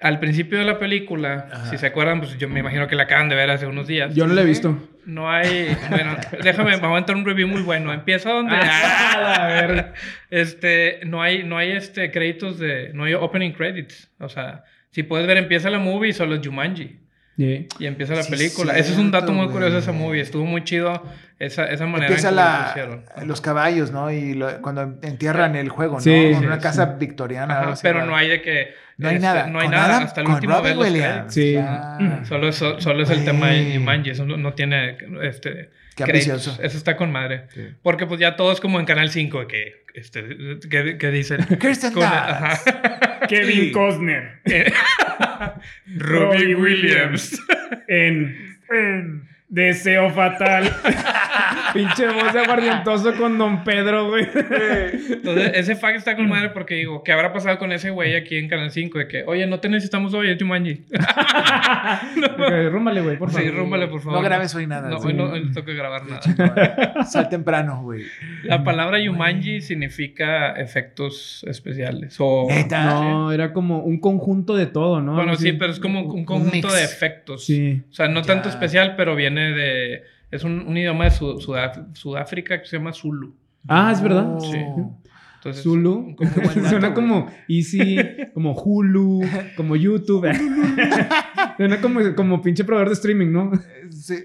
B: al principio de la película,
C: Ajá.
B: si se acuerdan, pues yo me imagino que la acaban de ver hace unos días.
A: Yo no lo he visto.
B: No hay. Bueno, déjame, vamos a entrar un review muy bueno. Empieza donde.
A: Ah, la verga.
B: Este, no hay, no hay este créditos de. No hay opening credits. O sea, si puedes ver, empieza la movie y solo es Jumanji.
A: Sí.
B: Y empieza la
C: Sí,
B: película.
C: cierto,
B: Ese es un dato muy
C: güey.
B: curioso de esa movie. Estuvo muy chido esa, esa manera
C: Empieza
B: en que
C: la-
B: lo hicieron.
C: los caballos, ¿no? Y lo- cuando entierran el juego, ¿no?
A: Sí,
C: en
A: sí,
C: una
A: sí.
C: casa victoriana.
B: Ajá,
C: algo así,
B: pero
C: ¿verdad?
B: no hay de que...
C: ah, No hay
B: este,
C: nada.
B: No hay
C: Con
B: nada.
C: Adam-
B: Hasta el
C: con
B: último
C: Robin
B: ves los créditos. Mm,
C: Williams.
A: Sí.
C: Ya.
B: Solo, es- solo, es el tema de
C: Güey.
B: Jumanji. Eso no, no tiene... Este,
C: Qué
B: créditos.
C: ambicioso.
B: Eso está con madre.
C: Sí.
B: Porque pues ya todos como en Canal 5 que... Este, que, que dicen...
C: Kirsten
B: con-
C: Dunst.
B: ajá.
D: Kevin
C: Sí.
D: Costner
B: Robin Williams.
D: en, en Deseo Fatal.
A: Pinche voz de aguardientoso con Don Pedro, güey.
B: Entonces, ese fact está con madre porque digo, ¿qué habrá pasado con ese güey aquí en Canal 5? De que, oye, no te necesitamos hoy, es Jumanji.
A: Ok, Rúmbale, güey, por favor.
B: Sí, rúmbale, por favor.
C: No grabes hoy nada.
B: No,
C: sí.
B: hoy no, hoy no toca grabar nada.
C: Sal temprano, güey.
B: La palabra Yumanji significa efectos especiales. O,
C: Neta.
A: No, era como un conjunto de todo, ¿no?
B: bueno,
A: Algo
B: sí,
A: así.
B: pero es como un conjunto
C: mix.
B: de efectos.
A: Sí.
B: O sea, no tanto
C: Ya.
B: especial, pero viene de. Es un, un idioma de Sud- Sudaf- Sudáfrica que se llama Zulu.
A: Ah, es verdad.
C: No.
B: Sí. Entonces,
A: Zulu.
B: un conjunto-
C: buen dato,
A: Suena
C: güey.
A: como Easy, como Hulu, como YouTube. Suena como, como pinche proveedor de streaming, ¿no?
C: Sí.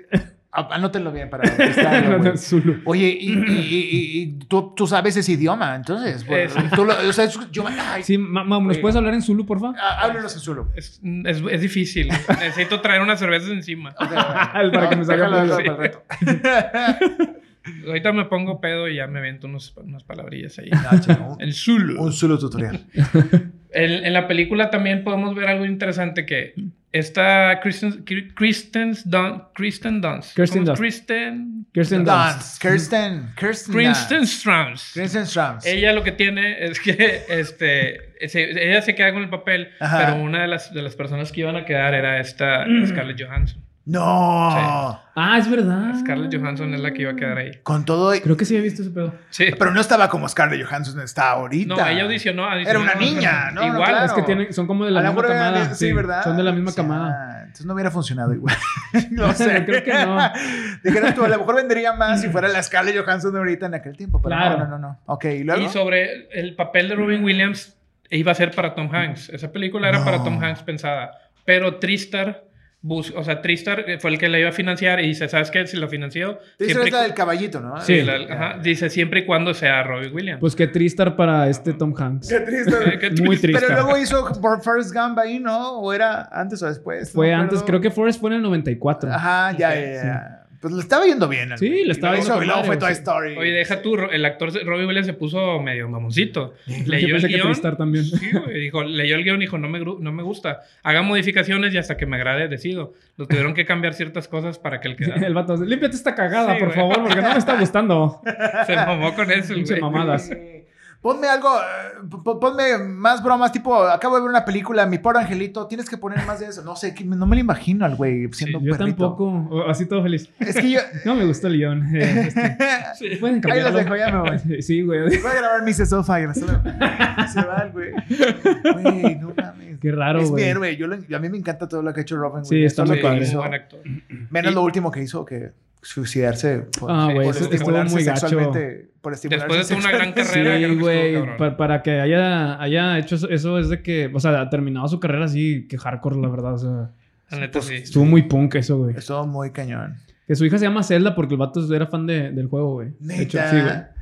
C: Ah, Anótenlo bien para registrarlo, güey.
A: Zulu.
C: Oye, y, y- y- y- y tú, tú sabes ese idioma, entonces. güey.
B: Eso.
C: Tú lo- o sea, es- yo, ay,
A: Sí, ma- ma- ¿nos
C: Oye.
A: puedes hablar en Zulu, porfa?
C: há- háblenos en Zulu.
B: Es, es- es difícil. Necesito traer unas cervezas encima.
C: Ok,
A: Para que me salga
C: déjalo,
A: Zulu.
C: déjalo para el rato.
B: Ahorita me pongo pedo y ya me avento unos- unas palabrillas ahí.
C: No, chico, un-
B: El Zulu.
C: un Zulu tutorial.
B: En, en la película también podemos ver algo interesante que esta Kristen, Kri- Kristen Dunst, Kristen Dunst,
A: Kirsten
B: ¿Cómo
A: Dunst.
B: es? Kristen,
A: Kirsten Dunst.
C: Dance. Kirsten. Kirsten.
B: Kristen
C: Dance.
B: Strunst.
C: Kirsten Strams.
B: Ella lo que tiene es que este, se- ella se queda con el papel,
C: Ajá.
B: pero una de las, de las personas que iban a quedar era esta Scarlett Johansson.
C: No.
A: Ah, es verdad.
B: Scarlett Johansson es la que iba a quedar ahí.
C: Con todo. y-
A: Creo que sí había visto ese pedo.
B: Sí.
C: Pero no estaba como Scarlett Johansson está
B: No,
C: ahorita.
B: ella audicionó. audicionó
C: Era una
B: no,
C: niña,
B: pero-
C: ¿no? No,
B: Igual.
C: claro.
A: Es que tienen, son como de
C: A
A: la
C: lo
A: misma
C: mejor eran
A: camada.
C: de- sí, ¿verdad?
A: Son de la misma
C: O sea,
A: camada.
C: Entonces no hubiera funcionado igual. no sé.
A: Creo que no.
C: Dijeron tú, a lo mejor vendría más si fuera la Scarlett Johansson de ahorita en aquel tiempo. Pero
A: Claro.
C: no, no, no, no. Ok, y luego.
B: Y sobre el papel de Robin Williams iba a ser para Tom Hanks. Esa película era
C: No.
B: para Tom Hanks pensada. Pero Tristar, bus- o sea, Tristar eh, fue el que la iba a financiar y dice, ¿sabes qué? Si la financió...
C: Esa
B: siempre
C: es la
B: y-
C: del caballito, ¿no?
A: Sí.
B: la- ajá, dice, siempre y cuando sea Robin Williams.
A: Pues qué tristar para este Tom Hanks.
C: Qué triste.
B: Qué
A: Muy
B: triste.
A: triste.
C: Pero luego hizo por First Gump ahí, ¿no? ¿O era antes o después?
A: Fue antes, creo que Forrest fue en el 94.
C: Ajá, ya,
B: Ok,
C: ya, ya. Pues le estaba yendo bien. al
A: Sí,
C: güey.
A: le estaba
C: Y
A: yendo
C: luego
A: con
C: hizo- Y luego
A: madre,
C: fue Toy
A: güey, sí.
C: Story.
B: Oye, deja tú, el actor Robin Williams se puso medio mamoncito.
A: Yo
B: Leyó el
A: pensé que
B: guión.
A: Tristar también.
B: Sí, güey, dijo, leyó el guión y dijo, no me, gru- no me gusta. Haga modificaciones y hasta que me agrade decido. Lo tuvieron que cambiar ciertas cosas para que el que
A: El vato, límpiate esta cagada,
B: Sí,
A: por
B: güey.
A: favor, porque no me está gustando.
B: se mamó con eso. el
A: Pinche
B: güey.
A: mamadas.
C: Eh, Ponme algo, eh, po- ponme más bromas, tipo, acabo de ver una película, mi pobre angelito, tienes que poner más de eso. No sé, que- no me lo imagino al güey siendo un
A: Yo
C: perrito.
A: tampoco, o- así todo feliz.
C: Es que yo...
A: No me gustó el guión. eh, este, Pueden
C: Ahí los
A: cambiarlo.
C: dejo, ya me voy.
A: Sí, güey.
C: Voy a grabar Mrs. Soulfire. hasta luego. Se va el güey. Güey, no mames.
A: Qué raro,
C: es mi
A: güey.
C: héroe. Yo lo- a mí me encanta todo lo que ha hecho Robin.
A: Sí,
C: Williams,
A: está
C: todo
A: muy
C: lo que
A: padre.
B: Muy
C: hizo.
B: buen actor.
C: Menos
B: Y-
C: lo último que hizo, que suicidarse por,
A: Ah, güey,
C: por
B: eso estuvo
C: estimularse
A: muy gacho.
C: sexualmente. Por estimularse
B: Después de una gran
C: sexualmente.
A: Sí,
B: carrera, creo que estuvo
A: güey.
B: cabrón.
A: pa- para que haya, haya hecho eso, eso es de que, o sea, ha terminado su carrera así, que hardcore, la verdad. O sea,
B: La neta, sí.
A: estuvo muy punk eso, güey.
C: Estuvo muy cañón.
A: Que su hija se llama Zelda porque el vato era fan de- del juego, güey. De hecho,
C: Neta.
A: sí, güey.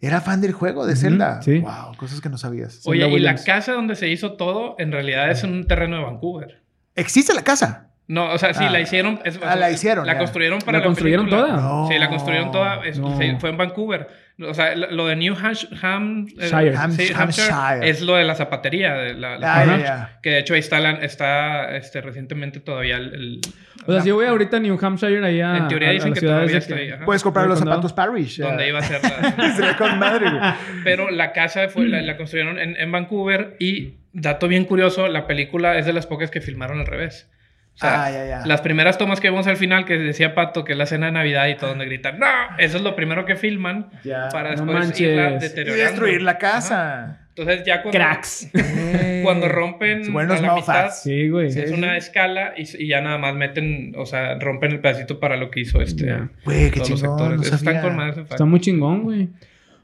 C: Era fan del juego de
A: Ujú,
C: Zelda.
A: sí.
C: Wow, cosas que no sabías.
A: Sí.
B: Oye,
A: Zelda
B: y la
A: Williams. Ah.
B: casa donde se hizo todo, en realidad es en un terreno de Vancouver.
C: ¿Existe la casa?
B: No, o sea, sí,
C: Ah.
B: la hicieron. es- o
C: Ah,
B: sea,
C: la hicieron,
B: La
C: ya.
B: construyeron para
A: ¿La construyeron
B: película.
A: toda?
C: No.
B: Sí, la construyeron toda. es-
A: No.
B: se- fue en Vancouver. O sea, lo lo de New eh, Hampshire,
A: Shire.
C: Hamsh- Hampshire.
B: es lo de la zapatería. De la, la-
C: Ah, ya,
A: Ajá.
C: ya.
B: Que de hecho ahí está, la- está este, recientemente todavía el. el-
A: O sea, si yo voy ahorita a New Hampshire, allá.
B: en teoría dicen que todavía está ahí. ajá,
C: Puedes comprar
A: ¿Dónde
C: los
A: andaba?
C: zapatos Parish. ya.
B: donde iba a ser la.
C: Se ve con madre, güey.
B: Pero la casa fue, la, la construyeron en, en Vancouver y, dato bien curioso, la película es de las pocas que filmaron al revés. O sea,
C: ah, ya, ya.
B: las primeras tomas que vemos al final, que decía Pato, que es la cena de Navidad y
C: Ah.
B: todo, donde gritan, ¡No! Eso es lo primero que filman
C: Ya.
B: para
A: No
B: después irla
A: manches.
C: y
B: deteriorando.
C: destruir la casa.
B: Entonces ya cuando,
A: Cracks.
C: Eh.
B: cuando rompen
C: Se ponen los
B: a la
C: mouth
B: mitad,
C: hats.
A: Sí, güey.
C: Sí.
B: es una escala y, y ya nada más meten, o sea, rompen el pedacito para lo que hizo este...
A: Ya.
C: Güey, qué
B: todos los
C: chingón.
B: actores.
C: No
B: Eso Están
C: sabía.
B: con madre,
A: Está
B: Están
A: muy chingón, güey.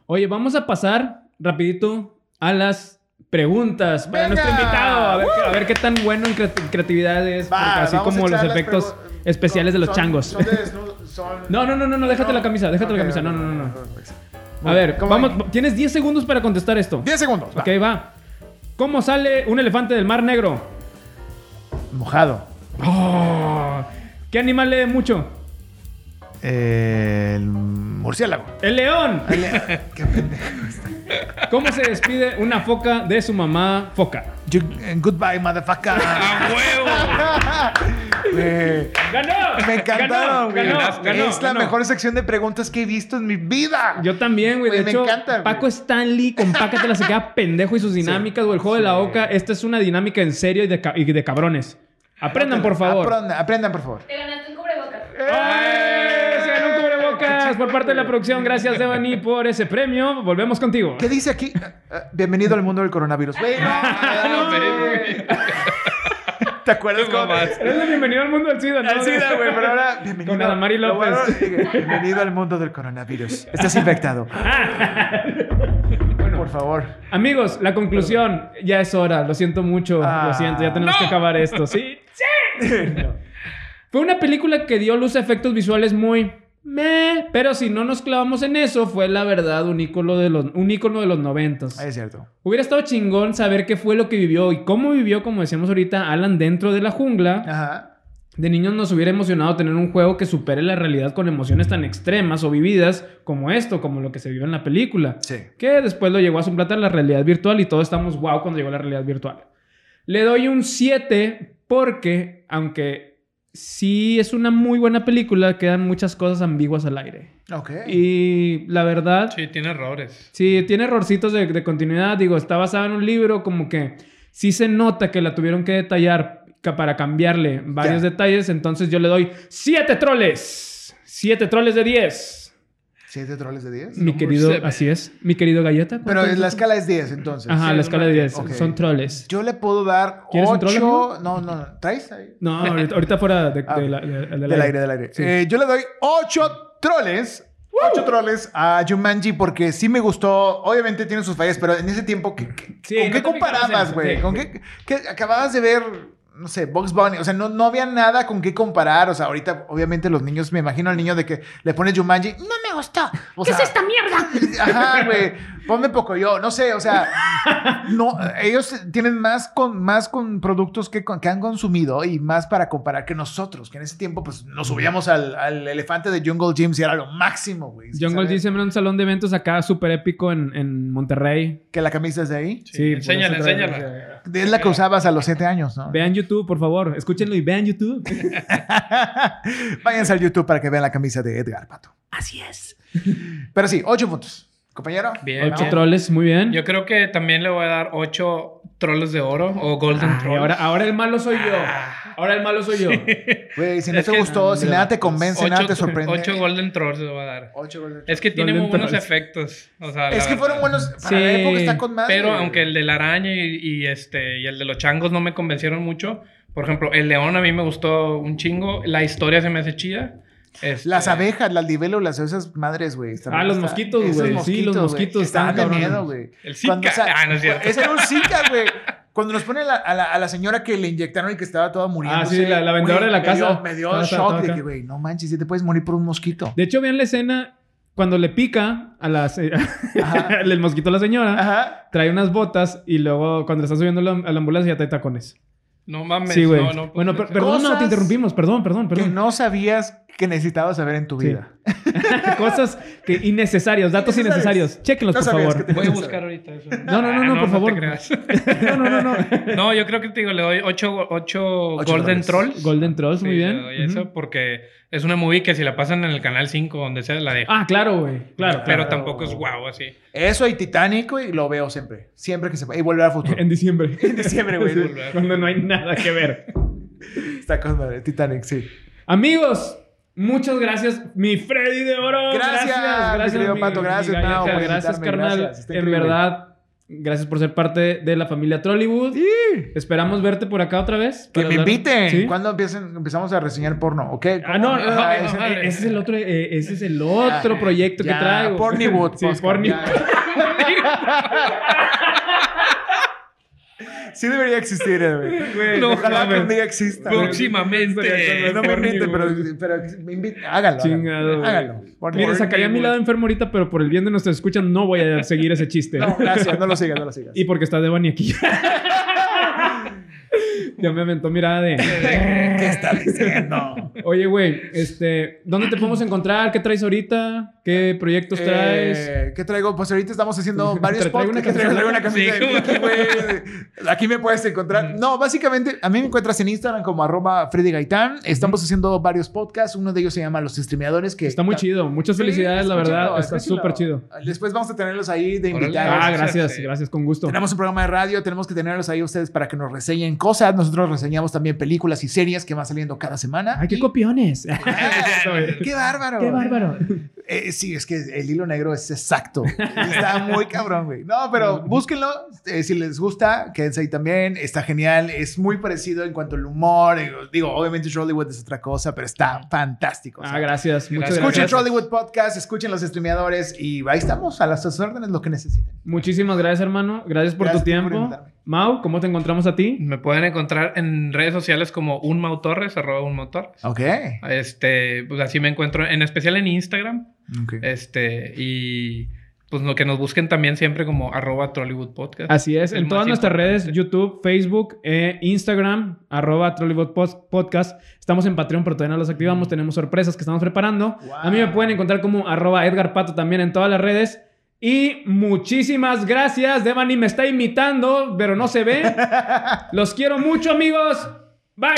A: Oye, vamos a pasar rapidito a las preguntas para
C: Venga.
A: nuestro invitado. A ver, qué- a ver qué tan bueno en creati- creatividad es,
C: Va,
A: porque así
C: vamos a
A: como los
C: echar las
A: efectos
C: pregu-
A: especiales de los
C: son-
A: changos.
C: son de desnudo- son-
A: No, no, no, no, no, déjate la camisa, déjate la
C: Ok,
A: camisa, no,
C: ok,
A: no, no, no.
C: ok, ok.
A: A ver,
C: ¿Cómo
A: vamos,
C: ven?
A: tienes 10 segundos para contestar esto.
C: 10 segundos. va.
A: Ok, va. ¿Cómo sale un elefante del Mar Negro?
C: Mojado.
A: Oh, ¿Qué animal lee mucho?
C: El murciélago.
A: El león.
C: Qué pendejo.
A: ¿Cómo se despide una foca de su mamá foca?
C: You- eh, goodbye, motherfucker.
B: ¡A huevo!
C: Eh,
A: ¡Ganó!
C: me encantaron, güey.
A: ganó, ganó,
B: Ganaste.
A: ganó,
C: es la
A: ganó.
C: mejor sección de preguntas que he visto en mi vida.
A: Yo también, güey. De
C: Güey, me
A: hecho,
C: encanta, güey.
A: Paco Stanley con Pácatela se queda pendejo y sus dinámicas, güey. El juego de la oca. Esta es una dinámica en serio y de, ca- y de cabrones. Aprendan, por favor.
C: Aprendan, aprendan, por favor.
E: Te ganaste un cubrebocas.
A: ¡Eh! Se ganó un cubrebocas por parte de la producción. Gracias, Devani, por ese premio. Volvemos contigo.
C: ¿Qué dice aquí? Eh, Bienvenido al mundo del coronavirus. Güey, no,
B: Ah,
C: güey.
B: baby.
C: ¿Te acuerdas cómo?
B: Mamás.
A: Eres el bienvenido al mundo del SIDA, ¿no?
C: Al SIDA, güey, pero ahora bienvenido.
A: Con Adamari
C: Lo bueno,
A: López.
C: eh, bienvenido al mundo del coronavirus. Estás infectado. Por favor.
A: Amigos, la conclusión. Ya es hora. Lo siento mucho.
C: Ah.
A: lo siento. Ya tenemos que
B: No.
A: acabar esto. ¿Sí? ¡Sí! Fue una película que dio luz a efectos visuales muy... meh, pero si no nos clavamos en eso, fue la verdad un ícono de los, un ícono de los noventas.
C: Es cierto.
A: Hubiera estado chingón saber qué fue lo que vivió y cómo vivió, como decíamos ahorita, Alan dentro de la
C: Ah.
A: jungla.
C: Ajá.
A: De niños nos hubiera emocionado tener un juego que supere la realidad con emociones tan extremas o vividas como esto, como lo que se vive en la película.
C: Sí.
A: Que después lo llegó a suplantar la realidad virtual y todos estamos wow cuando llegó la realidad virtual. Le doy un 7 porque, aunque sí es una muy buena película, quedan muchas cosas ambiguas al aire.
C: Ok.
A: Y la verdad,
B: Sí, tiene errores.
A: Sí, tiene errorcitos de, de continuidad. Digo, está basada en un libro, como que sí se nota que la tuvieron que detallar ca- para cambiarle varios
C: Ya.
A: detalles. Entonces yo le doy siete troles. Siete troles de 10.
C: ¿Siete troles de 10?
A: Mi
B: Number
A: querido,
B: seven.
A: así es. Mi querido Galleta. ¿cuánto
C: Pero
A: es
C: la
A: eso?
C: escala es 10, entonces.
A: Ajá,
B: sí,
A: la
B: es
A: escala
B: una
A: de 10.
C: diez.
A: Son
C: Ok.
A: troles.
C: Yo le puedo dar
A: ¿Quieres un troll,
C: 8. No, no, no. ¿Traes? ahí?
A: No, ahorita, ahorita fuera de-
C: Ah,
A: de la- de- del
C: Del aire,
A: aire.
C: del aire.
A: Sí.
C: Eh, yo le doy 8 troles. 8 troles a Jumanji porque sí me gustó. Obviamente tiene sus fallas, pero en ese tiempo, ¿qué- qué-
A: Sí,
C: ¿con
A: no te
C: qué
A: fijabas en
C: comparabas,
A: eso,
C: güey?
A: sí.
C: ¿Con qué, qué acababas de ver? No sé, Box Bunny. O sea, no, no había nada con qué comparar. O sea, ahorita, obviamente, los niños, me imagino al niño de que le pones Jumanji. No me gustó. O
E: ¿Qué es
C: sea,
E: esta mierda?
C: Ajá, güey. Ponme poco yo, no sé, o sea, no, ellos tienen más con más con productos que, con- que han consumido y más para comparar que nosotros, que en ese tiempo pues nos subíamos al, al elefante de Jungle Gyms y era lo máximo, güey. ¿sí
A: Jungle
C: sabes?
A: G siempre un salón de eventos acá súper épico en, en Monterrey.
C: que la camisa es de ahí.
A: Sí, por
B: enséñala,
A: eso trae-
B: enséñala.
C: Es la que usabas a los siete años, ¿no?
A: Vean YouTube, por favor. Escúchenlo y vean YouTube.
C: Váyanse al YouTube para que vean la camisa de Edgar Pato.
A: Así es.
C: Pero sí, ocho puntos. Compañero.
B: Bien.
A: Ocho
B: ¿no?
A: troles, muy bien.
B: Yo creo que también le voy a dar 8 troles de oro o golden
A: Ay,
B: trolls.
A: ahora, ahora el malo soy yo.
B: Ah.
A: Ahora el malo soy yo.
C: Güey, si no
B: Es
C: te
B: que-
C: gustó, si
A: Ándale,
C: nada te convence, nada te sorprende.
B: 8 golden trolls le voy a dar.
C: Ocho goles.
B: Es que tiene
A: Golden
B: muy buenos
A: trolls.
B: efectos. O sea, la
C: Es que
B: verdad.
C: fueron buenos. Para la
A: Sí.
C: época está con más.
B: Pero aunque el de la araña y, y este y el de los changos no me convencieron mucho. Por ejemplo, el león a mí me gustó un chingo. La historia se me hace chida. Este,
C: Las abejas, las libélulas, esas madres, güey. también
A: Ah, los
C: está-
A: mosquitos,
C: esos
A: güey. Sí, los
C: güey,
A: mosquitos
C: estaban
A: están
C: de
A: cabrones.
C: miedo, güey.
B: El Zika.
C: Cuando sa-
B: Ah, no es cierto.
C: Ese era un Zika, güey. Cuando nos pone la- a, la, a la señora que le inyectaron y que estaba toda muriendo.
A: Ah, sí, la- la vendedora de la casa.
C: me dio
A: Estaba- estaba
C: shock
A: toda
C: de
A: acá.
C: que, güey, no manches, si te puedes morir por un mosquito.
A: De hecho, vean la escena cuando le pica a las,
C: Ajá.
A: el mosquito a la señora,
C: Ajá.
A: trae unas botas y luego cuando le está subiendo la- a la ambulancia ya trae tacones.
B: No mames.
A: sí, güey.
B: no, pues no,
A: bueno, per- perdón, no,
C: Cosas
A: te interrumpimos. Perdón, perdón,
C: Que
A: perdón.
C: no sabías que necesitabas saber en tu
A: Sí.
C: vida.
A: Cosas que innecesarios, datos
C: Innecesarios.
A: innecesarios. Chéquenlos,
C: No
A: por
C: sabías
A: favor.
C: que
B: Voy a buscar ahorita eso. Ah,
A: No, no, no, no, por favor.
B: te creas.
A: No, no, no, no.
B: No, yo creo que te digo, le doy 8,
C: Ocho
B: Golden
C: dólares.
B: Trolls.
A: Golden Trolls,
B: Sí,
A: muy bien.
B: le doy eso
A: Ujú.
B: porque es una movie que si la pasan en el canal 5 donde sea la dejo.
A: Ah, claro, güey. Claro, claro.
B: pero
C: Claro.
B: tampoco es guau así.
C: Eso y Titanic, güey, lo veo siempre. Siempre que se puede. Y volver al futuro.
A: En diciembre.
C: en diciembre, güey.
A: Cuando no hay nada que ver.
C: Está con madre. Titanic, sí.
A: Amigos, muchas gracias, mi Freddy de Oro.
C: Gracias, mi querido
A: mi-
C: Pato,
A: mi
C: gracias,
A: galleta,
C: Nao, por
A: gracias,
C: invitarme,
A: carnal.
C: gracias, está
A: en
C: increíble.
A: verdad, gracias por ser parte de la familia Trollywood. Esperamos verte por acá otra vez.
C: Que
A: para
C: me
A: hablar-
C: inviten.
A: ¿Sí?
C: ¿Cuándo empiezan, empezamos a reseñar porno? ¿O qué?
A: Ah, no, no, no,
C: Ah,
A: eh,
C: ese-
A: eh, ese, es el otro, eh, ese es el otro
C: Ah,
A: proyecto que
C: ya,
A: traigo.
C: Pornywood.
A: sí,
C: podcast,
A: Porny-
C: ya. sí debería existir, eh, güey.
D: Güey,
B: No,
C: Ojalá que
B: mames.
C: un día exista. güey.
B: Próximamente.
C: No me
D: Porni,
C: inviten, pero,
D: güey.
C: pero me inviten. Hágalo.
A: eh, Chingado, güey.
C: Hágalo. Porni.
A: Mire, sacaría mi lado enfermorita, pero por el bien de nuestros escuchas no voy a seguir ese chiste. ¿eh?
C: No, gracias. No lo sigas, no lo sigas.
A: Y porque está Devani aquí. ya me aventó mirada de.
C: ¿Qué estás diciendo?
A: Oye, güey, este, ¿dónde te podemos encontrar? ¿Qué traes ahorita? ¿Qué proyectos traes?
C: Eh, ¿Qué traigo? Pues ahorita estamos haciendo
A: Te
C: varios
A: traigo una
C: podcasts. Te traigo una
B: camisa.
C: camisa de Mickey, güey. Aquí me puedes encontrar. No, básicamente, a mí me encuentras en Instagram como arroba Freddy Gaitán. Estamos haciendo varios podcasts. Uno de ellos se llama Los Streameadores. Que
A: Está muy chido. Muchas
C: Sí,
A: felicidades, la verdad.
C: chido,
A: está súper chido.
C: Después vamos a tenerlos ahí de
B: Órale.
C: invitados.
A: Ah,
B: gracias,
A: gracias,
B: sí.
A: gracias, con gusto.
C: Tenemos un programa de radio, tenemos que tenerlos ahí ustedes para que nos reseñen cosas. Nosotros reseñamos también películas y series que van saliendo cada semana.
A: ¡Ay, qué
C: Y-
A: copiones!
C: ¡Qué bárbaro!
A: ¡Qué bárbaro!
C: Eh, sí, es que el hilo negro es exacto. Está muy cabrón, güey. No, pero búsquenlo. eh, si les gusta, quédense ahí también. Está genial. Es muy parecido en cuanto al humor. eh, Digo, obviamente Trollywood es otra cosa, pero está fantástico. o sea,
A: Ah, gracias, muchas
B: Gracias.
C: escuchen
A: gracias.
C: Trollywood Podcast, escuchen los streameadores y ahí estamos a las sus órdenes, lo que necesiten.
A: Muchísimas gracias, hermano. Gracias por
C: Gracias
A: tu
C: por
A: tiempo.
C: invitarme.
A: Mau, ¿cómo te encontramos a ti?
B: Me pueden encontrar en redes sociales como unmautorres, arroba unmautorres.
C: Ok.
B: Este, pues así me encuentro, en especial en Instagram. Este, y pues lo que nos busquen también siempre como arroba Trollywood Podcast.
A: Así es,
B: El
A: en
B: más
A: todas nuestras redes,
B: importante.
A: YouTube, Facebook, eh, Instagram, arroba Trollywood Pos- Podcast. Estamos en Patreon, pero todavía no los activamos. Tenemos sorpresas que estamos preparando.
C: Wow.
A: A mí me pueden encontrar como arroba Edgar Pato también en todas las redes. Y muchísimas gracias. Devani me está imitando, pero no se ve. Los quiero mucho, amigos. Bye.